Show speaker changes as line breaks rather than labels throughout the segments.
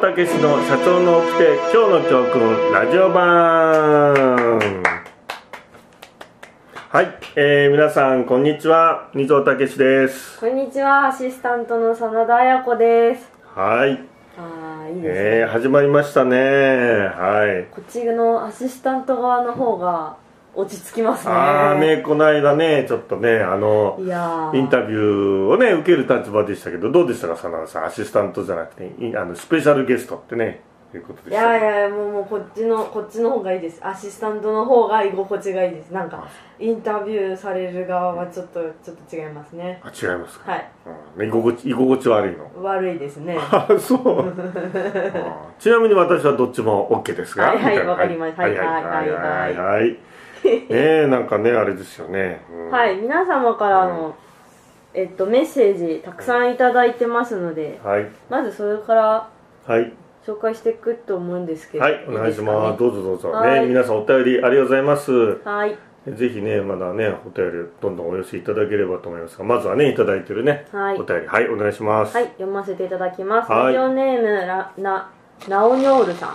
たけしの社長の起きて今日の教訓ラジオ版はい、えー、皆さんこんにちは二蔵たけしです
こんにちは、アシスタントの真田彩子です。
はい、
ああ、いいですね。
えー、始まりましたねはい
こっちのアシスタント側の方が落ち着きますね。
ああねこの間ねちょっとねあの
いやー
インタビューをね受ける立場でしたけどどうでしたか真田さんアシスタントじゃなくていあのスペシャルゲストってねいうことで
い
した
や
けど
いやいやもうもうこっちのこっちの方がいいですアシスタントの方が居心地がいいですなんかインタビューされる側はちょっとちょっと違いますね
あ違いますか、
はい
うん、居心地居心地悪いの
悪いですねは
あそうあちなみに私はどっちも OK ですが
はいはい
みたな
わかりました
はいはいは
はいい
は
はいい
はいねえなんかねあれですよね、うん
い皆様からの、えっとメッセージたくさんいただいてますので
はい
まずそれから
はい
紹介していくと思うんですけど
はいお願いします
いいで
どうぞどうぞ
は
ね
い
皆さんお便りありがとうございます
すかねはい
ぜひねまだねお便りどんどんお寄せいただければと思いますがまずはねいただいてるね、
はい
お便りはいお願いします
はい、読ませていただきます。
は
ラ
い
ジオネームラな、ナオニョールさん。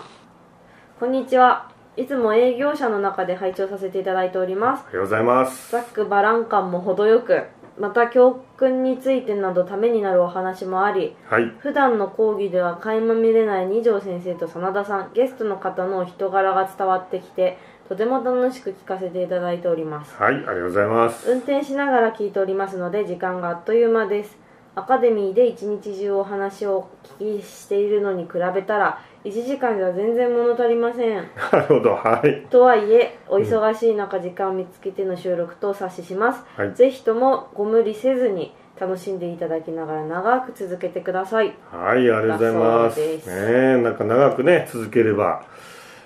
こんにちは。いつも営業者の中で拝聴させていただいておりま
あ。
す
りがとうございます
ざっくばらん感も程よく、また教訓についてなどためになるお話もあり、
はい
普段の講義では垣間見れない二条先生と真田さん、ゲストの方のお人柄が伝わってきて、とても楽しく聞かせていただいております。
はいありがとうございます
運転しながら聞いておりますので時間があっという間ですアカデミーで一日中お話をお聞きしているのに比べたら1時間では全然物足りま せん
なるほどはい
とはいえお忙しい中時間を見つけての収録とお察しします、
はい
ぜひともご無理せずに楽しんでいただきながら長く続けてください
はい、ありがとうございます。
だそう
ね
です
え、なんか長くね、続ければ、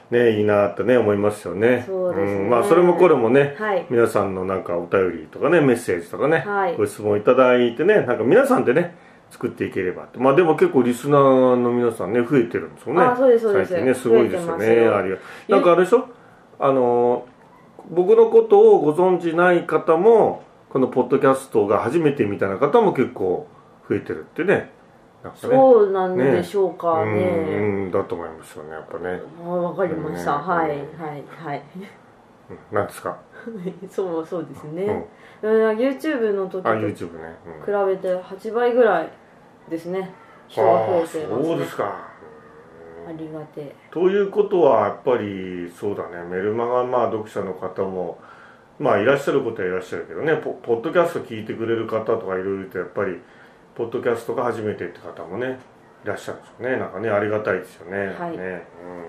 ね、いいなってね、思いますよね。
そうですね
ん、まあ、それもこれもね、
はい
皆さんのなんかお便りとかね、メッセージとかね、
はい
ご質問いただいてね、なんか皆さんでね、作っていければって。まあ、でも結構リスナーの皆さんね、増えてるんですよね。
あそうですそうです
最近ね、すごいですよ
増えて
ね。
ますよ
ありがなんかあれでしょあのー、僕のことをご存じない方も、このポッドキャストが初めてみたいな方も結構増えてるってね。なんかね
そうなんでしょう
う
かね
んうんだと思いますよねやっぱね
あわかりました、
うん
はいはいはい
うんなんですか、
そうそうですね、
うん
うん YouTube の時
あ
と
YouTube ね、うん、
比べて8倍ぐらいですね人が
あ
増
あ
えてます、ね、
そうですか
ありがてえ
ということはやっぱりそうだねメルマガまあ読者の方もまあいらっしゃることはいらっしゃるけどねポポッドキャスト聞いてくれる方とかいろいろとやっぱりポッドキャストが初めてって方もねいらっしゃるんですよねなんかねありがたいですよね,、
は
ね
い
うん、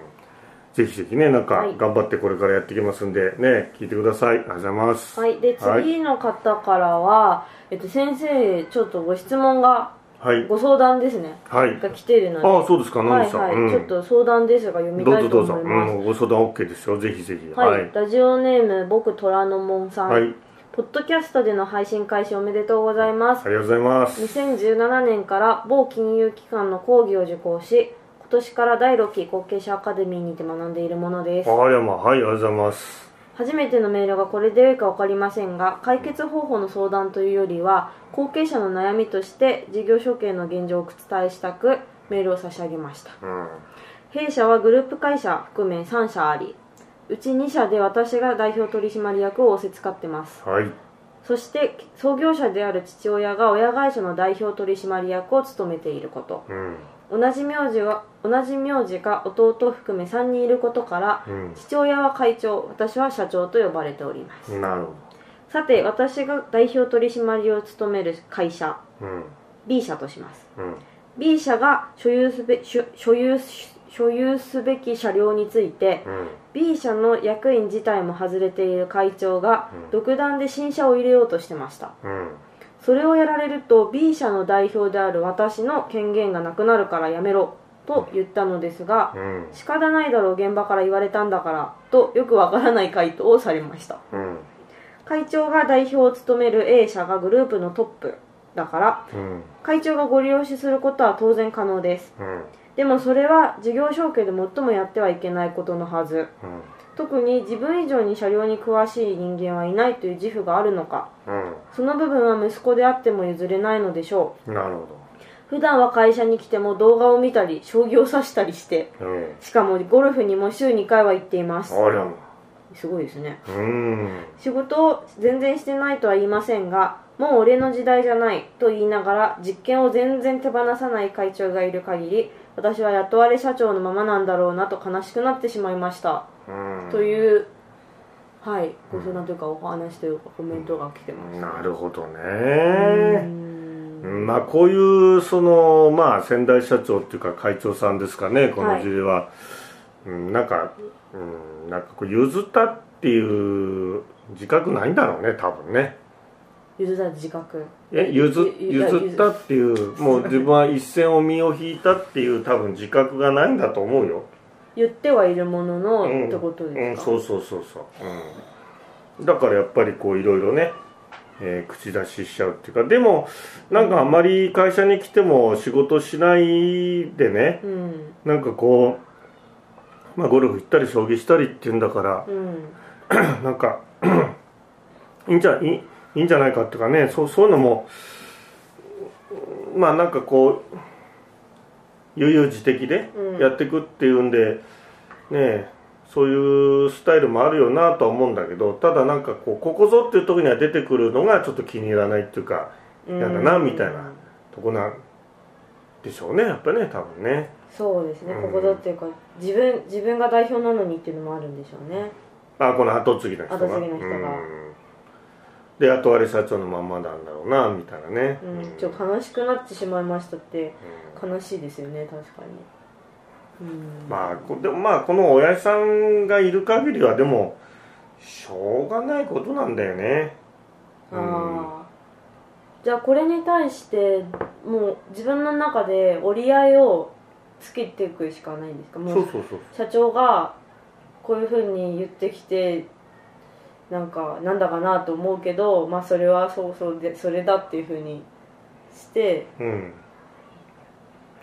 ぜひぜひねなんか
はい
頑張ってこれからやっていきますんでね聞いてくださいありがとうございます
はいで
はい
次の方からは、えっと、先生へちょっとご質問が
はい
ご相談ですね
はい
が来ているので
ああそうですか
は
何
い
でした、
はい、
うん
ちょっと相談ですが読み
ど
た
うぞ
いと
どうぞ、
思います
うん、ご相談 OK ですよぜひぜひ
はい、
はい
ラジオネーム僕虎ノ門さん、
はいあり
ポッドキャストでの配信開始おめでとうございます
がとうございます
2017年から某金融機関の講義を受講し今年から第6期後継者アカデミーにて学んでいるものです
あやまはいありがとうございます
初めてのメールがこれでよいか分かりませんが解決方法の相談というよりは後継者の悩みとして事業承継の現状をお伝えしたくメールを差し上げました
うん
弊社はグループ会社含め3社ありうち2社で私が代表取締役を仰せつかってます
はい
そして創業者である父親が親会社の代表取締役を務めていること
うん
同じ名字は同じ名字が弟を含め3人いることから
うん
父親は会長私は社長と呼ばれております
なるほ
さて私が代表取締役を務める会社
どうん
B 社とします
うん
B 社が所有すべ所所有所有すべき車両について
うん
B 社の役員自体も外れている会長が
うん
独断で新車を入れようとしてました
うん
それをやられると B 社の代表である私の権限がなくなるからやめろと言ったのですが
うん
仕方ないだろう現場から言われたんだからとよくわからない回答をされました
うん
会長が代表を務める A 社がグループのトップだから
うん
会長がご利用しすることは当然可能です
うん
でもそれは事業承継で最もやってはいけないことのはず
うん
特に自分以上に車両に詳しい人間はいないという自負があるのか
うん
その部分は息子であっても譲れないのでしょう
なるほ
不普段は会社に来ても動画を見たり将棋を指したりして
うん
しかもゴルフにも週2回は行っています
あらます
ごいですね
うん
仕事を全然してないとは言いませんがもう俺の時代じゃないと言いながら実験を全然手放さない会長がいる限り私は雇われ社長のままなんだろうなと悲しくなってしまいました、
うん
というはいご相談というかお話というかコメントが来てます、
なるほどね、
うん
まあこういうそのまあ先代社長っていうか会長さんですかねこの事例は、うん、なんか、うん、なんかこう譲ったっていう自覚ないんだろうね多分ね
ゆずだ自覚
え譲
ゆゆ
譲ったっていうもう自分は一線を身を引いたっていう多分自覚がないんだと思うよ、
言ってはいるものの、
うん
ってこと
う
で
ん、
すか、
そうそうそうそう、うん、だからやっぱりこういろいろね、えー口出ししちゃうっていうかでもなんかあまり会社に来ても仕事しないでね
うん
なんかこう、まあ、ゴルフ行ったり将棋したりっていうんだから
うん
なんか いいんじゃいいいいんじゃないかっていうかねそうそういうのもまあなんかこう悠々自適で
うん
やっていくっていうんで、ねえそういうスタイルもあるよなとは思うんだけどただなんかこうここぞっていう時には出てくるのがちょっと気に入らないっていうか嫌だなみたいなとこなんでしょうねやっぱね多分ね。
そうですね、
うん
ここぞっていうか自分自分が代表なのにっていうのもあるんでしょうね
あこの後継ぎの人が
後継ぎの人が
うんで後割れ社長のまんまなんだろうなみたいなね、
うん、ちょっと悲しくなってしまいましたって
う
悲しいですよね確かにうん
んまあこでもまあこの親父さんがいる限りはでもしょうがないことなんだよね
あーじゃあこれに対してもう自分の中で折り合いをつけていくしかないんですか
そ
も
う
う
そうそう
社長がこういうふうに言ってきてなんかなんだかなと思うけどまあそれはそうそうでそれだっていうふうにして
うん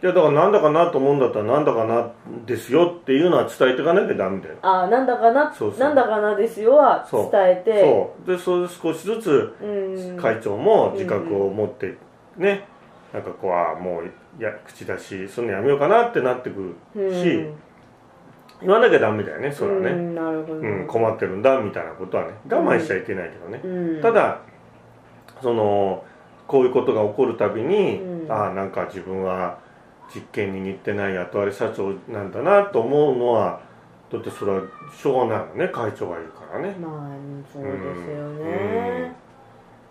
いやだからなんだかなと思うんだったらなんだかなですよっていうのは伝えていかなきゃダメだよ
あーなんだかな
そうそう
なんだかなですよは伝
そう
えて
そうでそれで少しずつ
うん
会長も自覚を持ってね、なんかこうああもういや口出しするのやめようかなってなってくるし、
うん
言わなきゃダメだよねそれはね、
んなるほど、
うん困ってるんだみたいなことはね我慢しちゃいけないけどね、
うん
ただそのこういうことが起こるたびに、
うん
ああなんか自分は実験握ってない雇われ社長なんだなと思うのはだってそれはしょうがないよね会長がいるからね
まあそうですよ
うんうん
ね、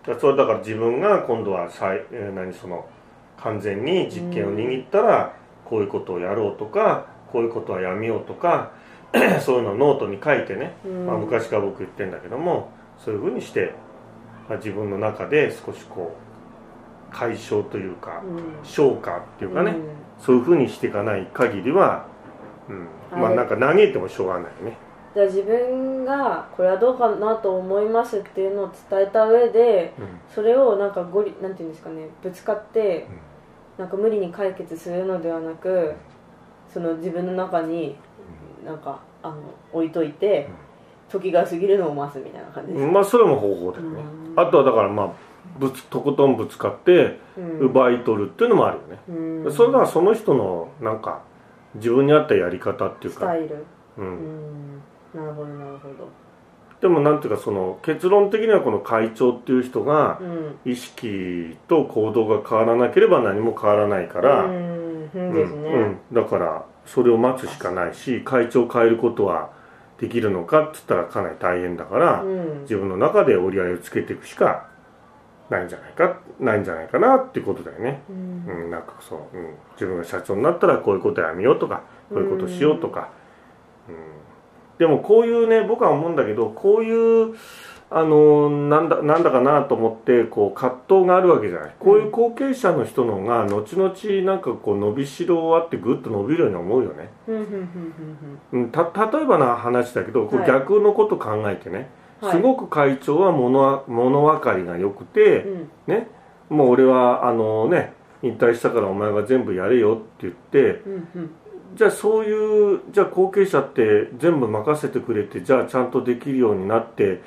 だからそれだから自分が今度はさいえー何その完全に実験を握ったらこういうことをやろうとかこういうことはやめようとか そういうのをノートに書いてね、
うん
まあ、昔から僕言ってんだけどもそういうふうにして、まあ、自分の中で少しこう解消というか
うん
消化っていうかね、
うん
そういうふうにしていかない限りは、うん、ま
は
あ
い
なんか嘆いてもしょうがないね。
じゃあ自分がこれはどうかなと思いますっていうのを伝えた上で
うん
それをなんかごりなんていうんですかねぶつかって
うん
なんか無理に解決するのではなくその自分の中になんかあの置いといて
うん
時が過ぎるのを待つみたいな感じです、
まあそれも方法だよね、
うん
あとはだからまあぶつとことんぶつかって
うん
奪い取るっていうのもあるよね、
うん
それがその人のなんか自分に合ったやり方っていう
スタ
か、
イル
う、
うんんなるほどなるほ
でもなんていうかその結論的にはこの会長っていう人が
どうん
意識と行動が変わらなければ何も変わらないから、
うんう
うんん
ですね、
うんだからそれを待つしかないし会長を変えることはできるのかって言ったらかなり大変だから、
うん
自分の中で折り合いをつけていくしかないんじゃないかないんじゃないかなっていうことだよね、
うん
うん、なんかそう、うん、自分が社長になったらこういうことやめようとかこういうことしようとか、うんでもこういうね僕は思うんだけどこういうあのなんだなんだかなと思ってこう葛藤があるわけじゃないこういう後継者の人の方が後々なんかこう伸びしろあってぐっと伸びるように思うよね、
うんうんうんうん
うん、た例えばの話だけどこう
はい
逆のこと考えてね、
うん
すごく会長は物は物分かりが良く
はい
て、
うん
ね、もう俺はあのね引退したからお前が全部やれよって言って
うんうん
じゃあそういうじゃあ後継者って全部任せてくれてじゃあちゃんとできるようになって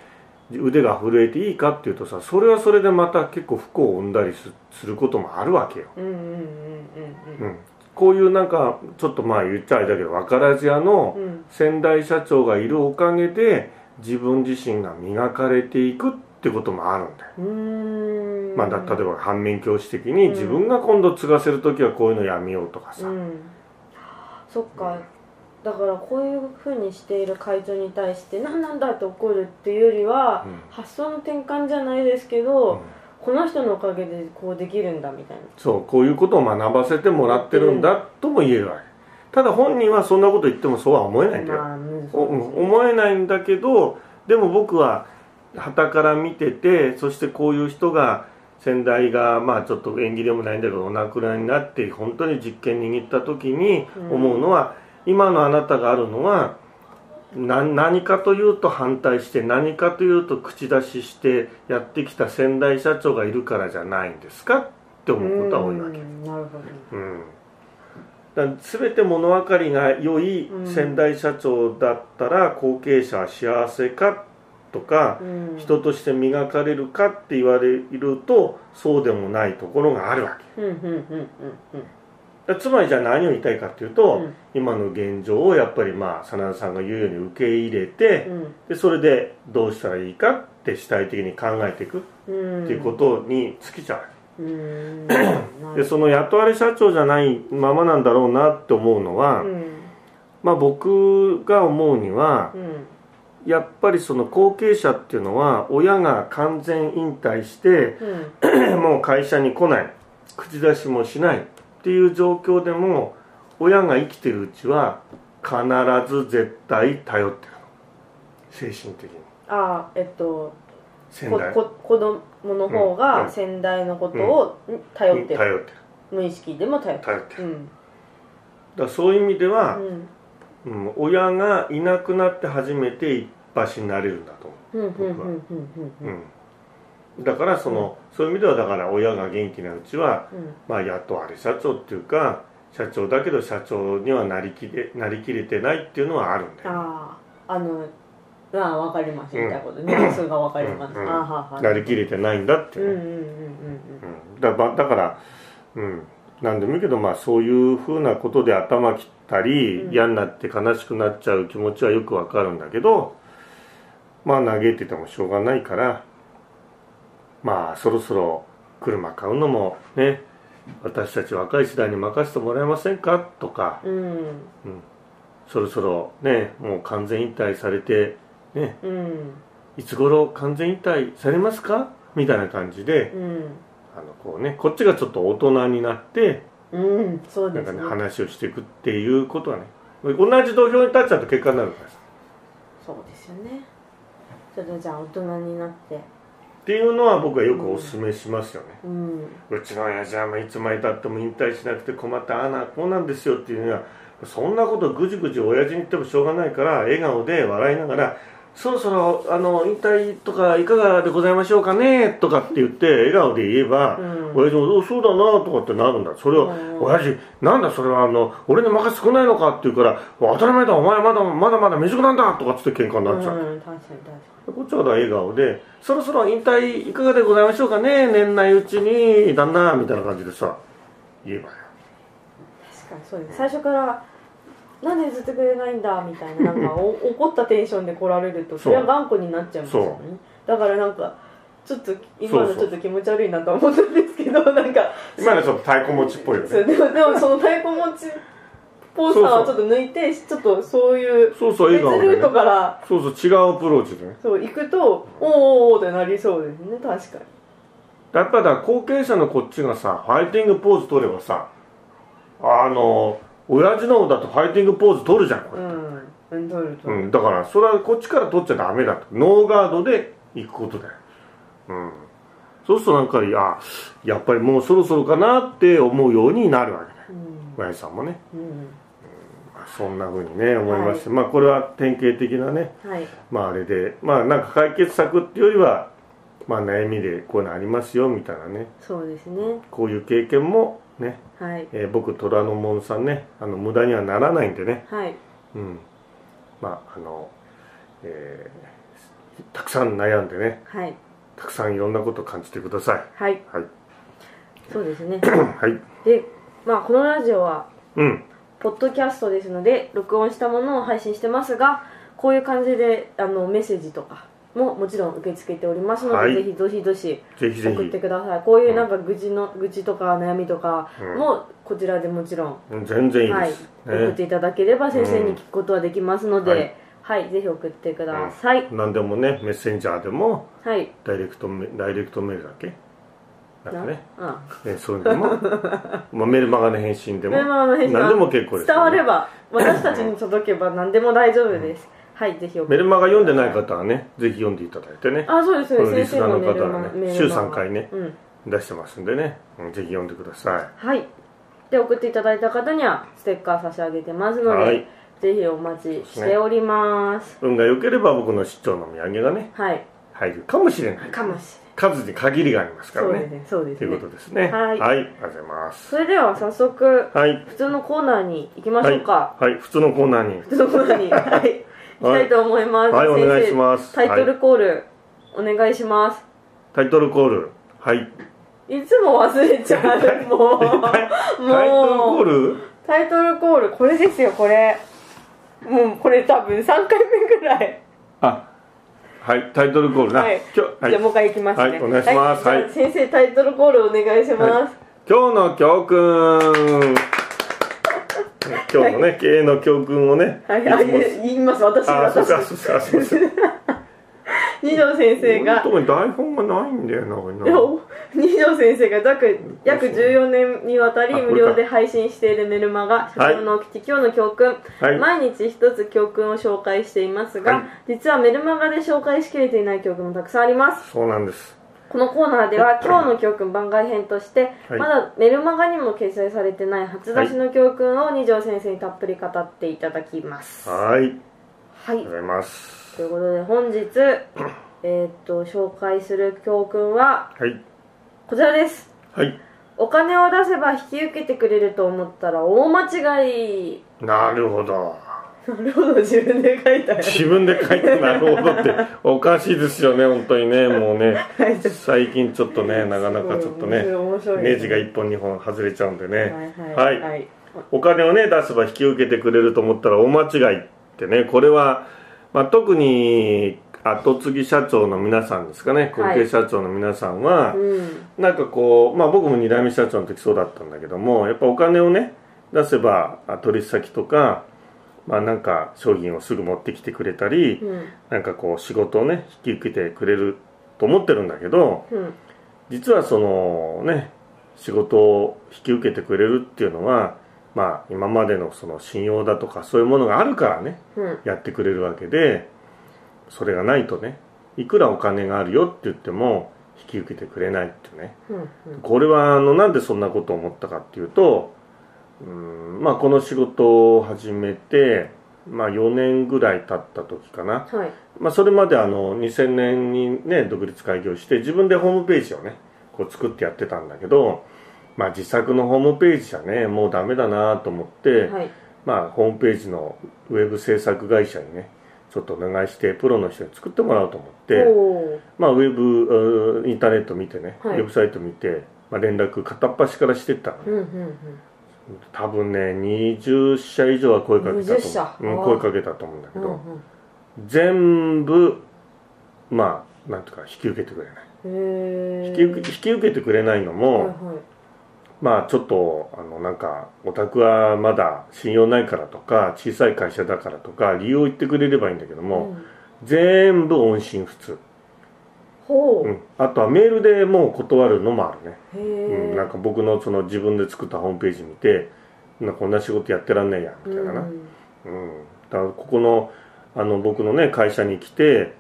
腕が震えていいかっていうとさそれはそれでまた結構不幸を生んだりすすることもあるわけよ、
うんうんうんうん
うん、こういうなんかちょっとまあ言っちゃあれだけど若らじ屋の
うんうん
先代社長がいるおかげで自分自身が磨かれていくってこともあるんだよ、
うーん
まあ、だ例えば反面教師的に自分が今度継がせる時はこういうのやめようとかさ、
うん、そっか、だからこういうふうにしている会長に対して何なんだって怒るっていうよりは、
うん
発想の転換じゃないですけ
うん
ど、この人のおかげでこうできるんだみたいな
そうこういうことを学ばせてもらってるんだとも言えるわけただ本人はそんなこと言ってもそうは思えないんだよ、
まあうん
おうん思えないんだけどでも僕は傍から見ててそしてこういう人が先代がまあちょっと縁起でもないんだけどお亡くなりになって本当に実験握った時に
うん
思うのは、今のあなたがあるのはな何かというと反対して何かというと口出ししてやってきた先代社長がいるからじゃないんですかって思うことは多いわけ。
うんなるほど
うん、だから全て物分かりが良い
うん
先代社長だったら後継者は幸せかとか、
うん
人として磨かれるかって言われるとそうでもないところがあるわけ
うんうんうんうんうん
だからつまりじゃあ何を言いたいかっていうと、
うん
今の現状をやっぱりまあ真田さんが言うように受け入れて、でそれでどうしたらいいかって主体的に考えていくっ
うん
ていうことに尽きちゃうわけ
うん
でその雇われ社長じゃないままなんだろうなって思うのは、
うん
まあ、僕が思うには
うん
やっぱりその後継者っていうのは親が完全引退して
うん
もう会社に来ない口出しもしないっていう状況でも親が生きてるうちは必ず絶対頼ってるの精神的に
あえっと
先
こ
代
こ子供の方
うんう
が
ん
先代のことを頼っ
に
てる、
頼ってる
無意識でも頼って
頼ってる
るうん
だからそういう意味では、
うん
うん親がいなくなって初めて一発になれるんだと思う
うんうんうん
僕は
うんうん
うん、だからその、そういう意味ではだから親が元気なうちは、
うん
まあ、雇われ社長っていうか社長だけど社長にはなりきれなりきれてないっていうのはあるんだよ、
あああのああわかります
うん
みたいなことニュアンスがわかります、
うんうん
ああはあ
な
は
りきれてないんだって
あ
いううん
うん
ね、
うんうん
うんだばだから、うん、何でもいいけど、まあ、そういうふうなことで頭切ったり、
うん
嫌になって悲しくなっちゃう気持ちはよくわかるんだけどまあ嘆いててもしょうがないからまあそろそろ車買うのもね私たち若い世代に任せてもらえませんかとか
うん
そろそろねもう完全引退されて、ね、
うんうん
いつ頃完全引退されますかみたいな感じで
うん
あのこう、ね、こっちがちょっと大人になって
うんそう
なんか
です
ね、
ね
話をしていくっていうことはね同じ土俵に立っちゃうと結果になるからさ
そうですよねちょっとじゃあ大人になって
っていうのは僕はよくお勧めしますよね、
うん
うちの親父はまあいつまでたっても引退しなくて困ったああなこうなんですよっていうのはそんなことぐじぐじ親父に言ってもしょうがないから笑顔で笑いながらそろそろあの引退とかいかがでございましょうかねとかって言って笑顔で言えば、
うん
親父もお「そうだな」とかってなるんだそれを
うん
親父なんだそれはあの俺に任せてこないのかって言うから当たり前だお前まだまだまだ未熟なんだとかっつって喧嘩になっちゃう、
うん確かに確か
こっちは笑顔で「そろそろ引退いかがでございましょうかね年内うちに旦那」みたいな感じでさ言えばよ
に確かにそうです最初からなんで譲ってくれないんだみたいななん かお怒ったテンションで来られるとそれは頑固になっちゃいますよねだからなんかちょっと今
そう
の
そう
ちょっと気持ち悪いなとは思ったんですけど なんか
今のちょっと太鼓持ちっぽいよ
そ
ね
うでもでもその太鼓持ちっぽさはちょっと抜いてちょっとそういう
そうそう
別
笑顔で
ルート
ね
から
そうそう違うアプローチでね
そう行くとおーおーおーってなりそうですね確かに
やっぱだから後継者のこっちがさファイティングポーズ取ればさあの親父の方だとファイティングポーズ取るじゃんこれ
うんうん取ると
うん、だからそれはこっちから取っちゃダメだとノーガードで行くことだよ、うん、そうするとなんかいややっぱりもうそろそろかなって思うようになるわけだよ
うん
親父さんもね、
うん
まあそんな風にね思いまして、まあこれは典型的なね
はい
まああれでまあなんか解決策っていうよりはまあ悩みでこういうのありますよみたいなね
そうですね
こういう経験もね、
はい
えー僕虎ノ門さんねあの無駄にはならないんでね
はい
うん、まああの、えーたくさん悩んでね
はい
たくさんいろんなことを感じてください
はい
はい
そうですね
はい
でまあこのラジオは
うん
ポッドキャストですので録音したものを配信してますがこういう感じであのメッセージとかももちろん受け付けておりますので、
はい
ぜひどしどし
ぜひぜ
送って
ひ
くださいこういうなんか愚痴の、愚痴とか悩みとかもこちらでもちろん、
うん全然いい
はい
です、
送っていただければ先生に聞くことはできますの
うん
で、はい、ぜひ送ってください、
ね、何でもねメッセンジャーでも
はい
ダイレクトメダイレクトメールだっけなんかね
うん
ねそういうの も、まあ、メルマガの返信でも
メルマガの返信は
何でも結構です、
伝われば私たちに届けば何でも大丈夫です、はいぜひ送
メ
っ
ルマガ読んでない方はねぜひ読んでいただいてね
あそうです
こ
そう
の
で
リ
す
ス
先生
ナー
の
の
メル
方
マ
は
メルマ
ね
ガ
週3回ね
うん
出してますんでね、うんぜひ読んでくださ
はいで送っていただいた方にはステッカー差し上げてますので、
はい
ぜひお待ちしております
い運が良ければ僕の出張のお土産がね
はい
入るかもしれない
かもし
数に限りがありますか
れ
ら
ない、
ね
そうですねそうです
とい
ね
うことですね
はい
ありがとうございます
それでは早速
はい
普通のコーナーに行きまし
は
ょう
い、
か、
はい、普通のコーナーに
普通のコー ナーにはい行きたいと思います、
はい
先生
お願いします
タイトルコール、お願いします
タイトルコールはい
いつも忘れ ちゃうも
タイトルコ
うも
ー
う
ル
タイトルコールこれですよこれもうこれ多分3回目ぐらい
あはいタイトルコールな、
はい
今日はい
じゃあもう一回いきますね
はいお願いします
はいじゃあ
はい
先生タイトルコールお願いします
今日の教訓今日のね経営の教訓をね、
はい、
い
あ
つも
言います私
あそう
私
かそうかそうか
二条先生が
本当に台本がないんだよな俺ない
やお二条先生が約約14年にわたり
あこれか
無料で配信しているメルマガ「社長の基地今日の教訓」
はい
毎日一つ教訓を紹介していますが、
はい
実はメルマガで紹介しきれていない教訓もたくさんあります
そうなんです
このコーナーでは今日の教訓番外編として、
はい
まだメルマガにも掲載されてない初出しの教訓を二条先生にたっぷり語っていただきますは
はいありがとう
い
ございます
ということで本日えーっと紹介する教訓は
はい
こちらです
はい
お金を出せば引き受けてくれると思ったら大間違い
なるほど
なるほど自分で書いた
自分で書いてなるほど っておかしいですよね本当にねもうね
はい
最近ちょっとねなかなかちょっとね
すごい面白い
ネジが1本2本外れちゃうんでね、
はい
はい
はい、はい
お金をね出せば引き受けてくれると思ったら大間違いってねこれは、まあ、特に後継ぎ社長の皆さんですかね後継社長の皆さんは、
うん
なんかこう、まあ、僕も2代目社長の時そうだったんだけどもやっぱお金をね出せばあ取引先とか、まあ、なんか商品をすぐ持ってきてくれたり、
うん
なんかこう仕事をね引き受けてくれると思ってるんだけど
うん
実はそのね仕事を引き受けてくれるっていうのはまあ今までのその信用だとかそういうものがあるからね
うん
やってくれるわけでそれがないとねいくらお金があるよって言っても引き受けてくれないっていうね
うん
これはあのなんでそんなことを思ったかっていうとうんまあこの仕事を始めてまあ4年ぐらい経った時かな
うんはい
まあ、それまであの2000年にね独立開業して自分でホームページをねこう作ってやってたんだけど、まあ、自作のホームページじゃねもうダメだなと思って、
はい
まあ、ホームページのウェブ制作会社にねちょっとお願いしてプロの人に作ってもらおうと思って、
おー
まあ、ウェブうーインターネット見てね、
はい
ウェブサイト見て、まあ、連絡片っ端からしてったのね
うんうん
多分ね20社以上は声かけたと
20社
思う、う
あ
ん、
ー
声かけたと思うんだけ
うん
ど、
うん
全部まあなんとか引き受けてくれない、
うんへえ
引き受け引き受けてくれないの
はい
も、
はい
まあちょっとあのなんかお宅はまだ信用ないからとか小さい会社だからとか理由を言ってくれればいいんだけども、
ん
全部音信不通、
ほう
うん、あとはメールでもう断るのもあるね、
へ
う
え
ん、なんか僕のその自分で作ったホームページ見てなんかこんな仕事やってらんねえやみたいなな、
うん
うん、だからここのあの僕のね会社に来て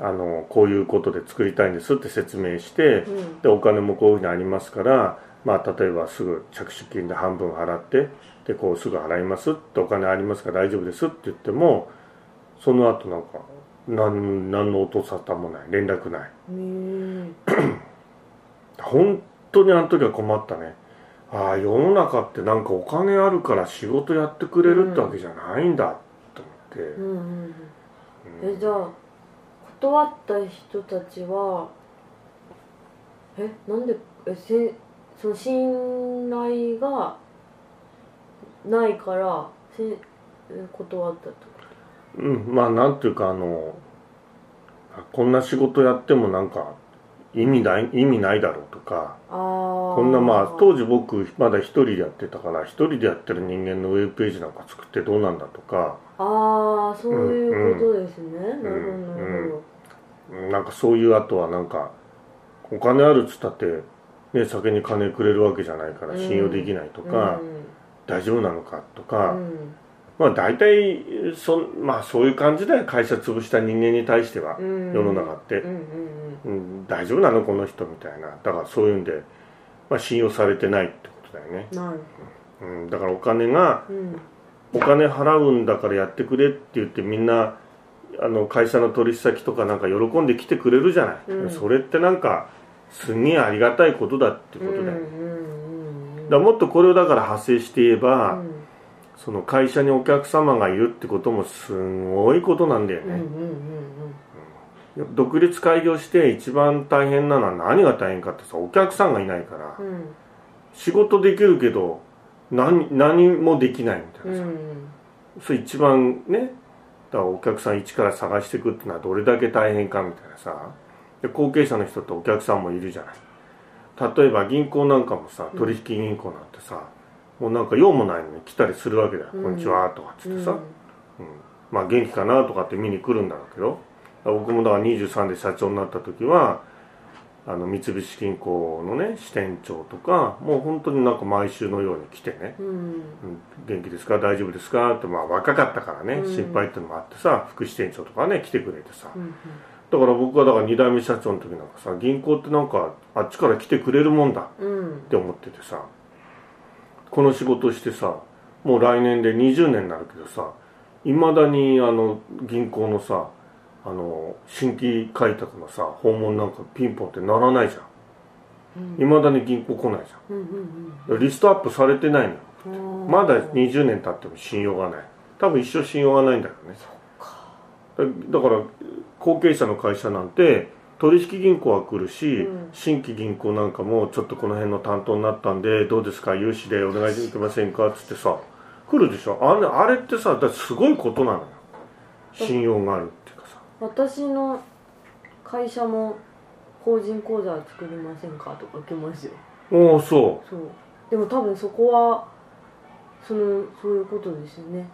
あのこういうことで作りたいんですって説明して
うん
でお金もこういうふうにありますから、まあ、例えばすぐ着手金で半分払ってでこうすぐ払いますってお金ありますから大丈夫ですって言ってもその後なんか何何の音沙汰もない連絡ない
うん
本当にあの時は困ったねああ世の中ってなんかお金あるから仕事やってくれるってわけじゃないんだと思って。
うんうん
うん
えじゃあ断った人たちはえなんでえせその信頼がないからせえ断ったと
うん、まあなんていうかあのこんな仕事やってもなんか意味ない意味ないだろうとか
あー
こんなまあ当時僕まだ一人でやってたから一人でやってる人間のウェブページなんか作ってどうなんだとか
ああそういうことですね、なる
ん
ほどなるほ
なんかそういうあとはなんかお金あるっつったって、ね、酒に金くれるわけじゃないから信用できないと
ど、
か、
うん
大丈夫なのかとか、
うん
まあ大体そ,、まあ、そういう感じだよ会社潰した人間に対しては、
うん
世の中って
う、んうんうん
うん、大丈夫なのこの人みたいなだからそういうんで、まあ、信用されてないってことだよね、
なる
うん、だからお金が
ほど、うん、
お金払うんだからやってくれって言ってみんなあの会社の取引先とかなんか喜んで来てくれるじゃない、
うん
それってなんかすげえありがたいことだってことだよ、
うんう
だか
んうん
らもっとこれをだから派生して言えば、
うん
その会社にお客様がいるってこともすごいことなんだよ
うんうん
ね、
うん
独立開業して一番大変なのは何が大変かってさお客さんがいないから、
うんうん
仕事できるけど何何もできないみたいな
う
さ、
ん
それ一番ねだからお客さん一から探していくってのはどれだけ大変かみたいなさで後継者の人とお客さんもいるじゃない例えば銀行なんかもさ取引銀行なんてさ、もうなんか用もないのに来たりするわけだよ「
うん
こんにちは」とかっつってさ、
うん
まあ元気かなとかって見に来るんだろうけど僕もだから23で社長になった時はあの三菱銀行のね支店長とかもう本当になんか毎週のように来てね
うん
うん「元気ですか大丈夫ですか?」ってまあ若かったからね
うん
心配ってのもあってさ副支店長とかね来てくれてさ
うんうん
だから僕はだから2代目社長の時なんかさ銀行ってなんかあっちから来てくれるもんだ
うん
って思っててさこの仕事してさもう来年で20年になるけどさいまだにあの銀行のさあの新規開拓のさ訪問なんかピンポンってならないじゃ
うん
んいまだに銀行来ないじ
うんうん
ゃんリストアップされてないのよ
うん
まだ20年経っても信用がない多分一生信用がないんだよねだだから後継者の会社なんて取引銀行は来るし、
うん
新規銀行なんかもちょっとこの辺の担当になったんでどうですか融資でお願いできませんかっつってさ来るでしょあれあれってさだからすごいことなのよ信用があるっていうかさ
私の会社も法人口座作りませんかとか来ますよ
おおそ
そうでも多分そこはそのそういうことですよね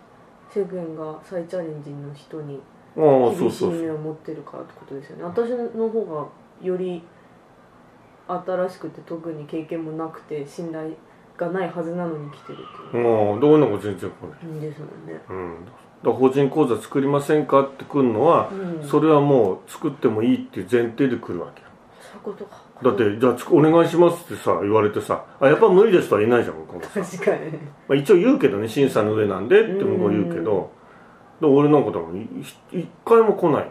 世間が再チャレンジの人に
うああそ
厳
う
しい
そうそう
目を持ってるからってことですよね私の方がより新しくて特に経験もなくて信頼がないはずなのに来てるっていう
ああどういうのか全然来ない、
いいですもんね
うん、だから法人口座作りませんかって来るのは
う、ん
それはもう作ってもいいっていう前提で来るわけよ
そういうことか
だってじゃあつくお願いしますってさ言われてさあやっぱ無理ですとは言えないじゃん向こうもさ、
確かに
まあ、一応言うけどね審査の上なんでって向こう言うけどで俺なんかでもいい一回も来ないよね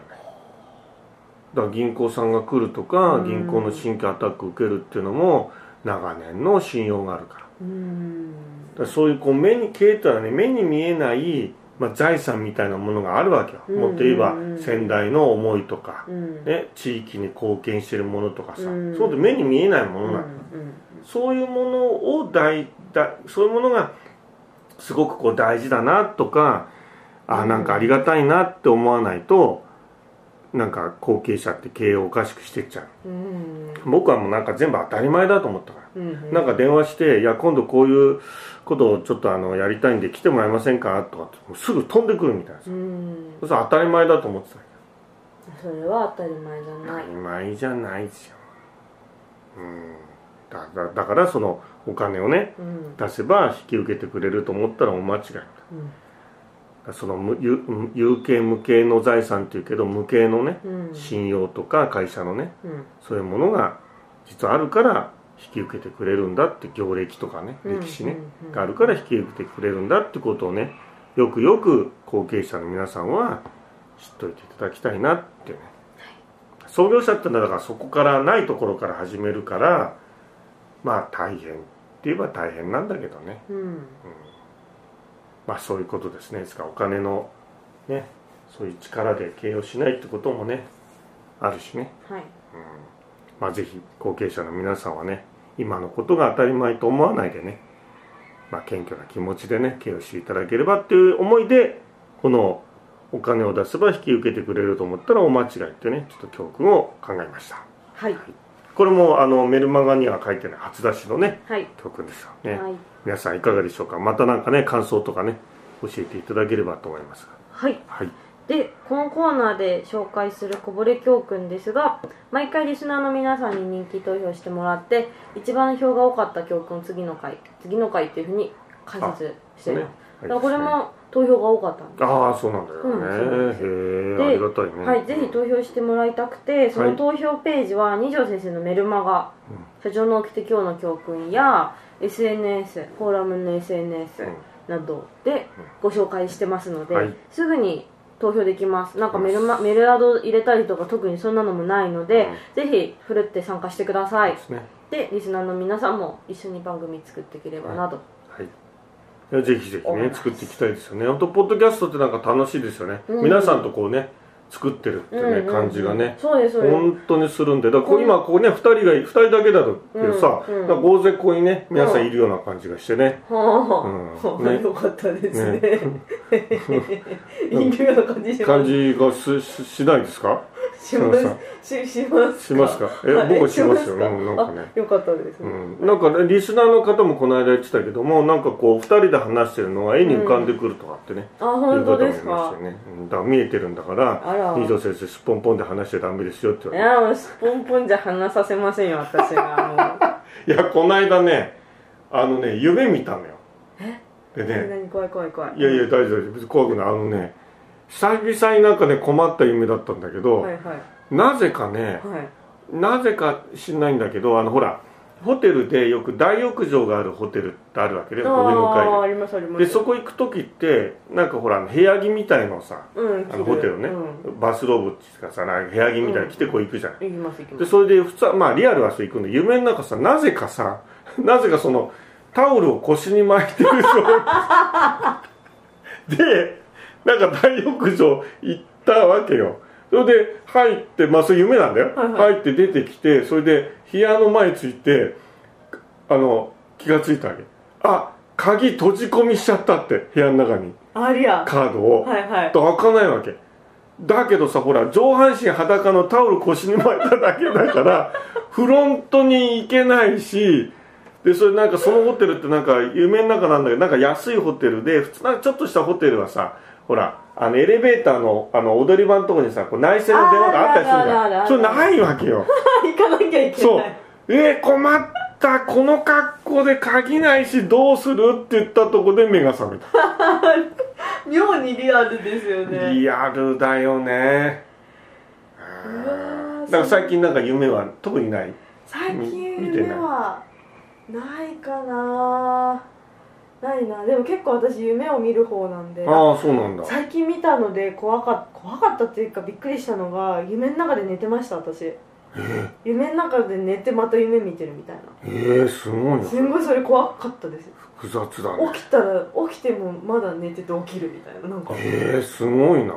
だから銀行さんが来ると
う
か
ん
銀行の新規アタック受けるっていうのも長年の信用があるから
うん
だからそういうこう目に消えたらね目に見えない、まあ、財産みたいなものがあるわけよ、
うん
もっと言えば先代の思いとか、
うん
ね、地域に貢献してるものとかさ、
うん
そうで目に見えないも
う
の
んう
なんだ、
ん
そういうものを大大そういうものがすごくこう大事だなとかあ
う
ー
ん
なんかありがたいなって思わないとなんか後継者って経営をおかしくしてっちゃう
うん
僕はもうなんか全部当たり前だと思ったから、
うん
なんか電話して「いや今度こういうことをちょっとあのやりたいんで来てもらえませんか?」とかってもうすぐ飛んでくるみたいなさ
うん
それ当たり前だと思ってたけど
それは当たり前じゃない
曖昧じゃないじゃん、うん、だだだからそのお金をね
うん
出せば引き受けてくれると思ったらお間違い
うん
だその無有有形無形の財産っていうけど無形のね
うん
信用とか会社のね
うん
そういうものが実はあるから引き受けてくれるんだって業歴とかね
うん
歴史ね、
うんうん
があるから引き受けてくれるんだってことをねよくよく後継者の皆さんは知っといていただきたいなってね、創業者ってのはだからそこからないところから始めるからまあ大変って言えば大変なんだけどね
うん
まあそういうことですねですからお金のねそういう力で経営をしないってこともねあるしね、
はい
まあ、ぜひ後継者の皆さんはね今のことが当たり前と思わないでね、まあ、謙虚な気持ちでね寄与していただければっていう思いでこのお金を出せば引き受けてくれると思ったらお間違いってねちょっと教訓を考えました
はい
これもあのメルマガには書いてない初出しのね
はい
教訓ですよね、
はい
皆さんいかがでしょうかまたなんかね感想とかね教えていただければと思います
はい
はい
でこのコーナーで紹介するこぼれ教訓ですが毎回リスナーの皆さんに人気投票してもらって一番票が多かった教訓を次の回次の回っていうふうに解説してます、だからこれも投票が多かったんで
ああそうなんだ
そうなん
よ
で
ね、
すよ
へ
で
えありがたいね
はい、ぜひ投票してもらいたくて、その投票ページは二条先生のメルマガ、社長の起きて今日の教訓や SNS、フォーラムの SNS
うん
などでご紹介してますので、
はい
すぐに投票できます。なんかメルマ、メルアド入れたりとか特にそんなのもないので、ぜひふるって参加してください
で。すね
で、リスナーの皆さんも一緒に番組作っていければなと。
はいいやぜひぜひ
お
ね
願いします
作っていきたいですよね本当ポッドキャストってなんか楽しいですよね、
うん
皆さんとこうね作ってるってね、
うんうんうん
感じがね
そうです、そうです。
本当にするんでだからこう
うん
今ここね2人がい二人だけだとけどさ、
うんうん
なんか大勢ここにね皆さんいるような感じがしてね、
は
う
あ、
んね
よかったですね。
ね
いるような感じしま
感
す。
じがすししないですか
します。ししますか。
しますかえ
はい
僕はしますよ
か
うんなんかね
あよかったです
う
ね。
ん、なんかねリスナーの方もこの間言ってたけどもなんかこう2人で話してるのが絵に浮かんでくるとかってね、
あ、本当です
いう方
か
もいまし。たよね、うんだから見えてるんだか
あら
ら二条先生すっぽんぽんで話しちゃダメですよって言
い
われて
や、もうすっぽんぽんじゃ話させませんよ、私が。
いやこの間ねあのね夢見たのよで
もう。
ね
何怖い怖い怖い。
いやいや。大丈夫です別に怖くないあのね久々になんかね困った夢だったんだけど、
はいはい
なぜかね
はい。
なぜか知んないんだけどあのほらホテルでよく大浴場があるホテルってあるわけで、
あ
ね、上の階に
あ、ありますあります。
でそこ行く時ってなんかほらあの部屋着みたいのをさ
うん、
あのホテルね、
うん
バスローブっていうかさなんか部屋着みたいに着てこう行くじゃん、
行きます行きま。
ですそれで普通はまあリアルはそう行くんで夢の中さなぜかさ なぜかそのタオルを腰に巻いてる状態 でなんか大浴場行ったわけよそれで入ってまあそういう夢なんだよ、
はいは
入って出てきてそれで部屋の前ついてあの気がついたわけあ鍵閉じ込みしちゃったって部屋の中に
ありゃ。
カードを、
はいはい。
と開かないわけだけどさほら上半身裸のタオル腰に巻いただけだから フロントに行けないしでそれなんかそのホテルってなんか夢の中なんだけどなんか安いホテルで普通なんかちょっとしたホテルはさほらあのエレベーターのあの踊り場のとこにさこう内線の電話があったりするじ
あるあるあるあ
ゃ
る
んそれないわけ よ
行かなきゃいけ
そう
ない。
えー困ったこの格好で鍵ないしどうするって言ったとこで目が覚めた
妙にリアルですよね。
リアルだよね
うわー
だから最近なんか夢は特にない
最近
み見てない
夢はないかなないなでも結構私夢を見る方なんで
ああそうなんだ
最近見たので怖か怖かったっていうかびっくりしたのが夢の中で寝てました私夢の中で寝てまた夢見てるみたいな
えー、すごいな
すんごいそれ怖かったです
複雑だね
起きたら起きてもまだ寝てて起きるみたいななんか
えー、すごいな